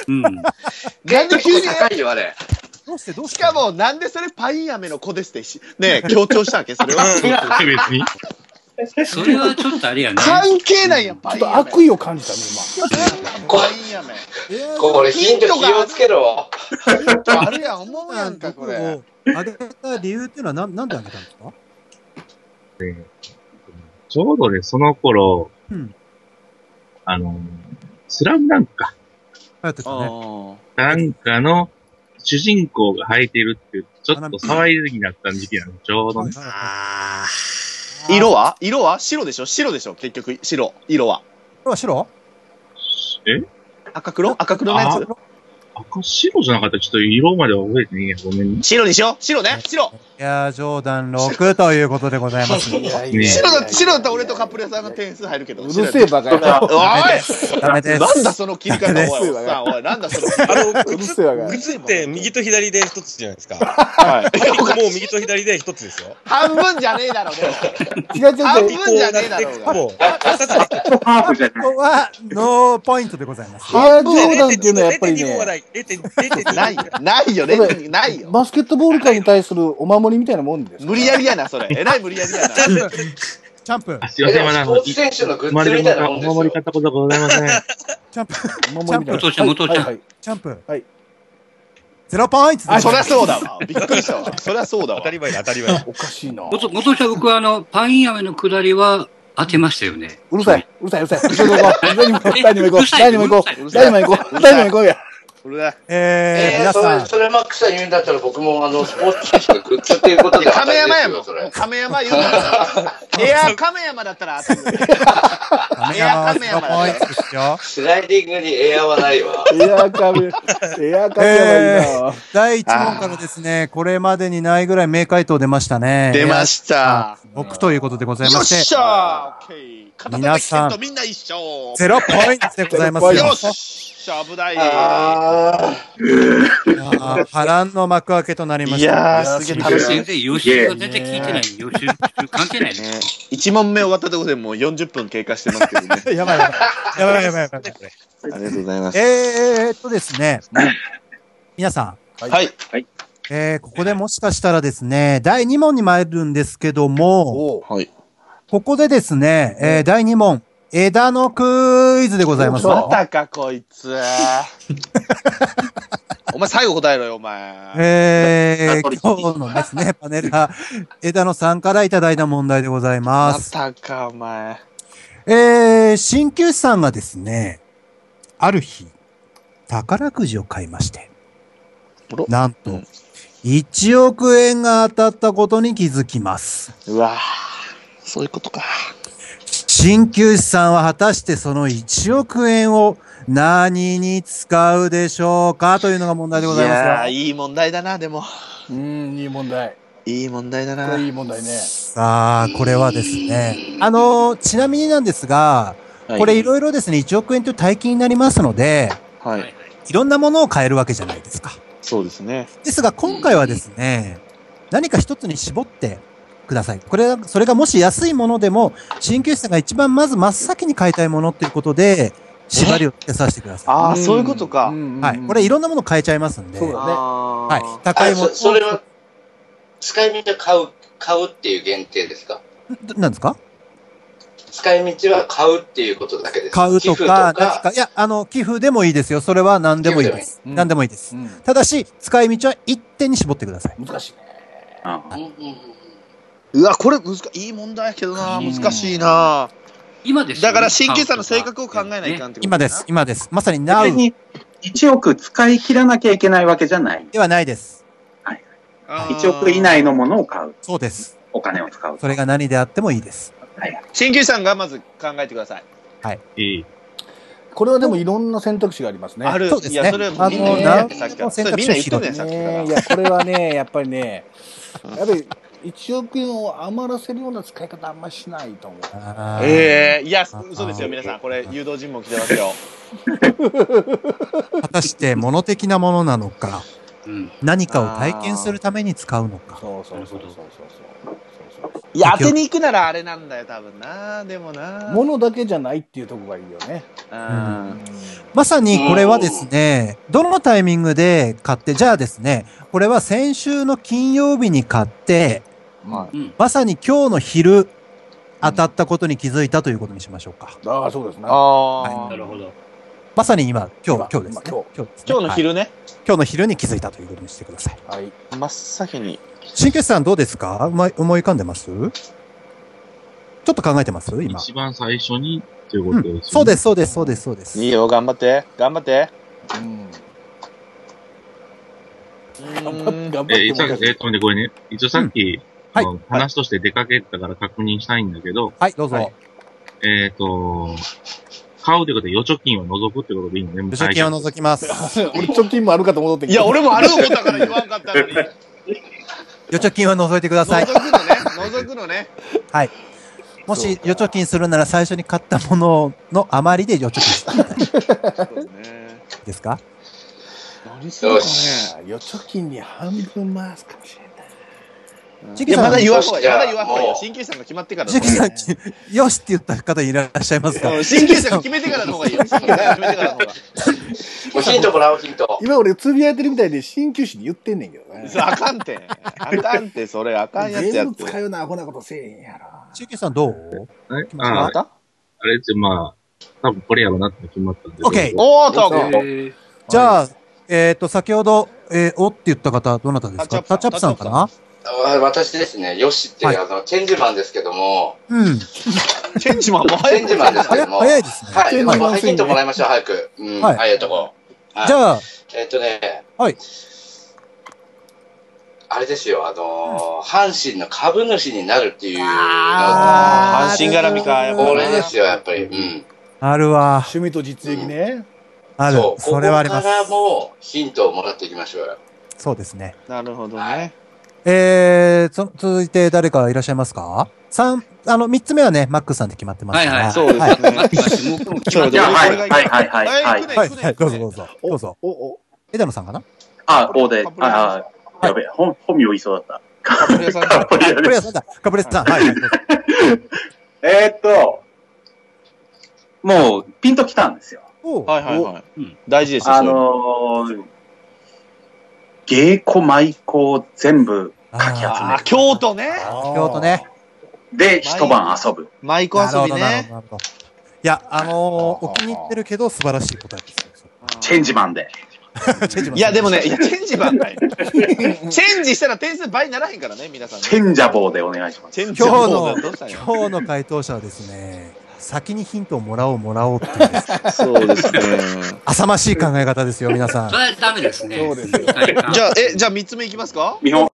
[SPEAKER 5] うん。
[SPEAKER 2] なんで急にエア
[SPEAKER 7] 高いよ、あれ。
[SPEAKER 1] どうしてどうし
[SPEAKER 2] してかも、なんでそれパイン飴の子ですってし、
[SPEAKER 5] <laughs>
[SPEAKER 2] ねえ、強調したわけそれは。
[SPEAKER 9] 別に。
[SPEAKER 5] それはちょっとあれやね。
[SPEAKER 2] 関係ないやん、
[SPEAKER 8] ち
[SPEAKER 2] パ
[SPEAKER 8] ょ
[SPEAKER 2] イ
[SPEAKER 8] っ
[SPEAKER 2] ン
[SPEAKER 8] と
[SPEAKER 2] 飴。
[SPEAKER 8] 悪意を感じたね、
[SPEAKER 2] パイン飴。
[SPEAKER 7] <laughs> これヒント気をつけろ。
[SPEAKER 2] ヒントあるやん、思うやんか、これ。
[SPEAKER 1] 僕をあげた理由っていうのは何なんであげたんですか
[SPEAKER 9] ちょうどね、その頃、
[SPEAKER 1] うん
[SPEAKER 9] あの、スラムダンクか。
[SPEAKER 1] 流行ってたね。
[SPEAKER 9] な
[SPEAKER 2] あ
[SPEAKER 9] んかの主人公が履いてるっていう、ちょっと騒いになった時期なの、ちょうどね。
[SPEAKER 6] あ
[SPEAKER 2] ー色は色は白でしょ白でしょ結局、白。色は。
[SPEAKER 1] これは白
[SPEAKER 9] え
[SPEAKER 2] 赤黒赤黒のやつ
[SPEAKER 9] 赤白じゃなかったらちょっと色までは覚えてねえや。ごめんね。
[SPEAKER 2] 白にしよう白ね白
[SPEAKER 1] いやー、ジョーダン6ということでござ
[SPEAKER 2] <laughs>
[SPEAKER 1] います。
[SPEAKER 8] 今。
[SPEAKER 9] ね
[SPEAKER 2] 白だ白だったら俺とカプレさんが点数入るけど。
[SPEAKER 8] うるせえバカ
[SPEAKER 2] 白だ
[SPEAKER 8] や。
[SPEAKER 2] ったら。おい
[SPEAKER 1] ダメです。
[SPEAKER 2] なんだその切り方、おい、お
[SPEAKER 8] ダメです
[SPEAKER 2] っさん、おい、なんだその切り
[SPEAKER 4] あ
[SPEAKER 2] 方。
[SPEAKER 4] の、
[SPEAKER 8] うるせえわが
[SPEAKER 4] 靴って右と左で一つじゃないですか。
[SPEAKER 2] はい
[SPEAKER 4] もう右と左で一つですよ。
[SPEAKER 2] 半分じゃねえだろ、でも。
[SPEAKER 8] 違う違
[SPEAKER 2] 半
[SPEAKER 8] う違う。
[SPEAKER 2] 分じゃねえだろうが。
[SPEAKER 4] もう、片手で
[SPEAKER 10] ハーフじゃない。
[SPEAKER 1] ここは、ノーポイントでござい
[SPEAKER 9] <laughs>
[SPEAKER 1] ます。
[SPEAKER 8] エアジョーダンっていうのはやっぱり
[SPEAKER 4] 0.25はな
[SPEAKER 8] ね、
[SPEAKER 4] い。0.25
[SPEAKER 2] ないよ、ないよ、レ
[SPEAKER 8] これ
[SPEAKER 2] ッテないよ。
[SPEAKER 8] バスケットボール界に対するお守りみたいなもんです。
[SPEAKER 2] 無理やりやな、それ。えらい無理やりやな。
[SPEAKER 1] チャンプ、
[SPEAKER 9] 足は狭な
[SPEAKER 7] スポーツ選手のグ
[SPEAKER 9] 生ま
[SPEAKER 7] ッズ
[SPEAKER 9] れ
[SPEAKER 7] み
[SPEAKER 9] て
[SPEAKER 7] たいな
[SPEAKER 9] も
[SPEAKER 7] も
[SPEAKER 9] お
[SPEAKER 7] んですよ
[SPEAKER 9] 守り方ことございません。
[SPEAKER 1] チャンプ、
[SPEAKER 8] お守りみたいな。
[SPEAKER 5] 元ちゃん元ちゃん
[SPEAKER 8] はいはいはい
[SPEAKER 1] チャンプ。
[SPEAKER 8] はい。
[SPEAKER 1] ゼロポイントで
[SPEAKER 2] そりゃそうだわ。びっくりしたわ。そりゃそうだ
[SPEAKER 4] 当
[SPEAKER 2] わ
[SPEAKER 4] た。り前だ、当たり前だ。
[SPEAKER 8] おかしいな。
[SPEAKER 5] 元、元ちゃん、僕はあの、パイン飴の下りは当てましたよね。
[SPEAKER 8] うるさい、うるさい、うるさい。うるさい行こう。大丈夫行こう。大丈夫行こ
[SPEAKER 5] う
[SPEAKER 8] う。
[SPEAKER 5] る
[SPEAKER 8] 大丈夫行こう。大丈夫行こうや。
[SPEAKER 2] 俺だ。
[SPEAKER 1] えー、
[SPEAKER 7] えー、
[SPEAKER 1] 皆
[SPEAKER 7] そ
[SPEAKER 1] さ
[SPEAKER 7] れ、
[SPEAKER 1] ん、
[SPEAKER 7] それマックさん言うんだったら僕もあの、スポーツ選手のグッズっていうことで当た
[SPEAKER 2] 亀
[SPEAKER 7] り
[SPEAKER 2] 山
[SPEAKER 7] です
[SPEAKER 2] やも
[SPEAKER 7] よ、
[SPEAKER 2] ん
[SPEAKER 7] そ
[SPEAKER 2] <laughs>
[SPEAKER 7] れ。。
[SPEAKER 2] 亀山言う <laughs> から。エア亀山だったら当たる。
[SPEAKER 1] 亀山はゼロポイントですよ。
[SPEAKER 7] スライディングにエアはないわ。
[SPEAKER 8] エアカメ、エアカメは
[SPEAKER 1] え
[SPEAKER 8] いいな
[SPEAKER 1] ー。、第1問からですね、これまでにないぐらい名回答出ましたね。
[SPEAKER 2] 出ました。
[SPEAKER 1] 6ということでござい
[SPEAKER 2] よ
[SPEAKER 1] ま
[SPEAKER 2] っ
[SPEAKER 1] し、
[SPEAKER 2] してゃーオッケー片手で危険とみんな一緒
[SPEAKER 1] ゼロポイントでございます
[SPEAKER 8] ゼロポイン
[SPEAKER 1] よ
[SPEAKER 2] よ
[SPEAKER 8] ト。
[SPEAKER 2] っしゃ、危ない。
[SPEAKER 7] あ
[SPEAKER 1] あー波乱の幕開けとなりま
[SPEAKER 2] い
[SPEAKER 1] した。
[SPEAKER 2] やーすげえ楽しい
[SPEAKER 5] 全然予習が全然聞いてない。予習関係ないね。
[SPEAKER 2] 1問目終わったところでもう40分経過してますけどね。
[SPEAKER 1] <laughs> やばいやばい。やばいやばいや
[SPEAKER 9] <laughs>
[SPEAKER 1] ばい。
[SPEAKER 2] ありがとうございます。
[SPEAKER 1] えーっとで
[SPEAKER 2] <laughs>
[SPEAKER 1] すね、皆さん。
[SPEAKER 2] はい。
[SPEAKER 1] えーここでもしかしたらですね、第2問に参るんですけども、ここでですね、えー第2問、枝のクイズでございます。
[SPEAKER 2] またか、こいつ。お前最後答えろよ、お前。
[SPEAKER 1] えー、今日のですね、パネラー、枝野さんからいただいた問題でございま。
[SPEAKER 2] ますたか、お前。
[SPEAKER 1] えー、鍼灸師さんがですね、ある日、宝くじを買いまして、なんと、1億円が当たったことに気づきます。
[SPEAKER 2] うわそういうことか。
[SPEAKER 1] 鍼灸師さんは果たしてその1億円を何に使うでしょうかというのが問題でございますよ。
[SPEAKER 2] やーいい問題だな、でも。うん、いい問題。いい問題だな。これいい問題ね。
[SPEAKER 1] さあ、これはですね、あの、ちなみになんですが、
[SPEAKER 2] はい
[SPEAKER 1] これいろいろですね、1億円という大金になりますので、
[SPEAKER 2] はい。
[SPEAKER 1] いろんなものを買えるわけじゃないですか。
[SPEAKER 2] そうですね。
[SPEAKER 1] ですが、今回はですね、何か一つに絞ってください。これ、それがもし安いものでも、鍼灸師さんが一番まず真っ先に買いたいものということで、縛りをつけさせてください。
[SPEAKER 2] ああ、そういうことか。
[SPEAKER 1] はい。これいろんなもの買えちゃいますんで。
[SPEAKER 2] そうだね
[SPEAKER 1] はい。高いもの
[SPEAKER 7] あそ。それは、使い道は買う、買うっていう限定ですか
[SPEAKER 1] なんですか
[SPEAKER 7] 使い道は買うっていうことだけですか
[SPEAKER 1] 買うと
[SPEAKER 7] 寄付
[SPEAKER 1] か、何か、いや、あの、寄付でもいいですよ。それは何でもいいです。何でもいいです。ただし、使い道は一点に絞ってください。難しいね。
[SPEAKER 2] うわ、これ難しい。いい問題やけどな。難しいな。
[SPEAKER 5] 今です
[SPEAKER 2] だから、神経さんの性格を考えないかんってこと
[SPEAKER 1] 今です、今です。まさに Now
[SPEAKER 10] 別に1億使い切らなきゃいけないわけじゃない。
[SPEAKER 1] ではないです。
[SPEAKER 10] 1億以内のものを買う。
[SPEAKER 1] そうです。
[SPEAKER 10] お金を使う。
[SPEAKER 1] それが何であってもいいです。
[SPEAKER 2] 鍼灸師さんがまず考えてください。
[SPEAKER 1] はい。
[SPEAKER 8] これはでもいろんな選択肢がありますね。
[SPEAKER 2] あるそうですねいやそれは
[SPEAKER 8] あ
[SPEAKER 2] みんな言っ
[SPEAKER 8] の、
[SPEAKER 2] てたよさっ
[SPEAKER 8] な
[SPEAKER 2] きからそれみんな言ってたよさっきから
[SPEAKER 8] ねいや、これはね、やっぱりね、やっぱり1億円を余らせるような使い方あんましないと思う。
[SPEAKER 2] ええいや、嘘ですよ、皆さん。これ、誘導尋問来てますよ。
[SPEAKER 1] 果たして、物的なものなのか、何かを体験するために使うのか。
[SPEAKER 8] そうそうそうそう
[SPEAKER 2] いや、当てに行くならあれなんだよ、多分な。でもな。
[SPEAKER 8] <laughs> 物だけじゃないっていうところがいいよね。
[SPEAKER 1] まさにこれはですね、どのタイミングで買って、じゃあですね、これは先週の金曜日に買って、まさに今日の昼、当たったことに気づいたということにしましょうか。
[SPEAKER 8] ああ、そうですね。
[SPEAKER 2] ああ。
[SPEAKER 8] なるほど。
[SPEAKER 1] まさに今、今日、今日ですね。今日ですね
[SPEAKER 2] 今日の昼ね。
[SPEAKER 1] 今日の昼に気づいたということにしてください。
[SPEAKER 8] はい。
[SPEAKER 2] 真っ先に。
[SPEAKER 1] 新血さんどうですかうまい思い浮かんでますちょっと考えてます今。
[SPEAKER 9] 一番最初にっていうことですよね、
[SPEAKER 1] そうです、そうです、そうです、そうです。
[SPEAKER 2] いいよ、頑張って。頑張って。
[SPEAKER 9] えー、さっき、
[SPEAKER 8] 頑張っても
[SPEAKER 9] えー、っとね、ごめんね。一応さっき、あの話として出かけたから確認したいんだけど、
[SPEAKER 1] はい、どうぞ。
[SPEAKER 9] えー、っと、買うということで預貯金を除くってことでいいのね。もう
[SPEAKER 1] 貯
[SPEAKER 9] 最
[SPEAKER 1] 金を
[SPEAKER 9] 初
[SPEAKER 1] 除きます。
[SPEAKER 8] <laughs> 俺貯金もあるかと戻って。
[SPEAKER 2] いや、俺もある思ったからら言わんかったのに。
[SPEAKER 1] <laughs> 預貯金は除いてください。
[SPEAKER 2] 覗くのね。
[SPEAKER 1] <laughs> はい。もし預貯金するなら最初に買ったものの余りで預貯金してください。ですか
[SPEAKER 8] 何するかね。預貯金に半分回すかもしれない。
[SPEAKER 1] チキさんいやまだ言わん方がいい
[SPEAKER 2] まだ言わん方がいいよ。
[SPEAKER 8] もう
[SPEAKER 2] 鍼灸師さんが決まってから
[SPEAKER 1] ジュキさん、きよしって言った方いらっしゃいますか
[SPEAKER 2] 鍼灸師さんが決めてからの方がいいよ。鍼灸師さんが決めてからの方が。
[SPEAKER 7] ヒントもらおう、ヒント。
[SPEAKER 8] 今俺つぶやいてるみたいで鍼灸師に言ってんねんけどね。
[SPEAKER 2] あかんて。あかんて、それ。あかんやつや
[SPEAKER 8] 全
[SPEAKER 2] っ
[SPEAKER 8] 部
[SPEAKER 2] て。
[SPEAKER 8] 使うようなアホなことせえへんやろ。
[SPEAKER 1] 中継さんどう
[SPEAKER 9] え
[SPEAKER 1] まし
[SPEAKER 9] あ
[SPEAKER 1] た
[SPEAKER 9] あ、あれですよ、まあ、多分これやろうなって決まったんで。
[SPEAKER 1] OK
[SPEAKER 2] おーそうか
[SPEAKER 1] じゃあ、えっ、と、先ほど、えーおって言った方、どなたですかタッチャップさんかな
[SPEAKER 7] あ私ですね、ヨッシーって、
[SPEAKER 1] はい
[SPEAKER 7] あの、チェンジマンですけども、
[SPEAKER 1] うん。
[SPEAKER 2] チェンジマンも
[SPEAKER 7] <laughs> チェンジマンですけども、
[SPEAKER 1] 早いですね。
[SPEAKER 7] はい、
[SPEAKER 1] はい
[SPEAKER 7] もうヒントもらいましょう、早く。うん、
[SPEAKER 1] はい
[SPEAKER 7] ああいうとこ。はい
[SPEAKER 1] じゃあ、
[SPEAKER 7] えっとね、
[SPEAKER 1] はい。
[SPEAKER 7] あれですよ、あのー、阪神の株主になるっていうの。
[SPEAKER 2] 阪神絡みかやっぱり
[SPEAKER 7] これですよ、やっぱり。うん。
[SPEAKER 1] あるわ。
[SPEAKER 8] 趣味と実益ね。
[SPEAKER 1] ある。それはあり
[SPEAKER 7] ここ
[SPEAKER 1] ま
[SPEAKER 7] か
[SPEAKER 1] す。
[SPEAKER 7] らもヒントをもらっていきましょうよ。
[SPEAKER 1] そうですね。
[SPEAKER 2] なるほどね。
[SPEAKER 1] えー、そ続いて誰かいらっしゃいますか三あの、三つ目はね、マックさんで決まってますから。
[SPEAKER 5] はいはいそうですねマックさんもう決まってます
[SPEAKER 1] そうです
[SPEAKER 5] はいはいはいはいはい
[SPEAKER 1] はいはい。どうぞどうぞ。どうぞ。枝野さんかな
[SPEAKER 3] あ、おで、あ、あやべえ、本、本名言いそうだった。カプレさんカプ
[SPEAKER 1] カプレさんだ。カプレさん。はい。
[SPEAKER 3] <laughs> えーっと、もう、ピンときたんですよ。。
[SPEAKER 2] はいはいはい大事ですよ
[SPEAKER 3] あのー、芸妓舞妓全部かき集める。
[SPEAKER 2] 京都ね。
[SPEAKER 1] 京都ね。
[SPEAKER 3] で、一晩遊ぶ。
[SPEAKER 2] 舞
[SPEAKER 1] なるほどなるほどなるほどいや、あのー、お気に入ってるけど素晴らしい答えですよ。
[SPEAKER 3] チェンジマンで。
[SPEAKER 2] いや、でもね、いや、チェンジばっかり。チェンジしたら点数倍にならへんからね、皆さんね。
[SPEAKER 3] チェンジャボーでお願いします。
[SPEAKER 2] チェンジ
[SPEAKER 1] 今
[SPEAKER 2] ャ
[SPEAKER 1] 日
[SPEAKER 2] ボ
[SPEAKER 1] の、
[SPEAKER 2] ーどうしたんや
[SPEAKER 1] 今日の回答者はですね、先にヒントをもらおうもらおうっていうですね
[SPEAKER 2] そうですね。
[SPEAKER 1] <laughs> 浅ましい考え方ですよ、皆さん
[SPEAKER 5] <laughs> そ。れはダメですね。
[SPEAKER 1] そうですよ
[SPEAKER 5] はい
[SPEAKER 2] じゃあ、え、じゃあ3つ目いきますか
[SPEAKER 3] 見本。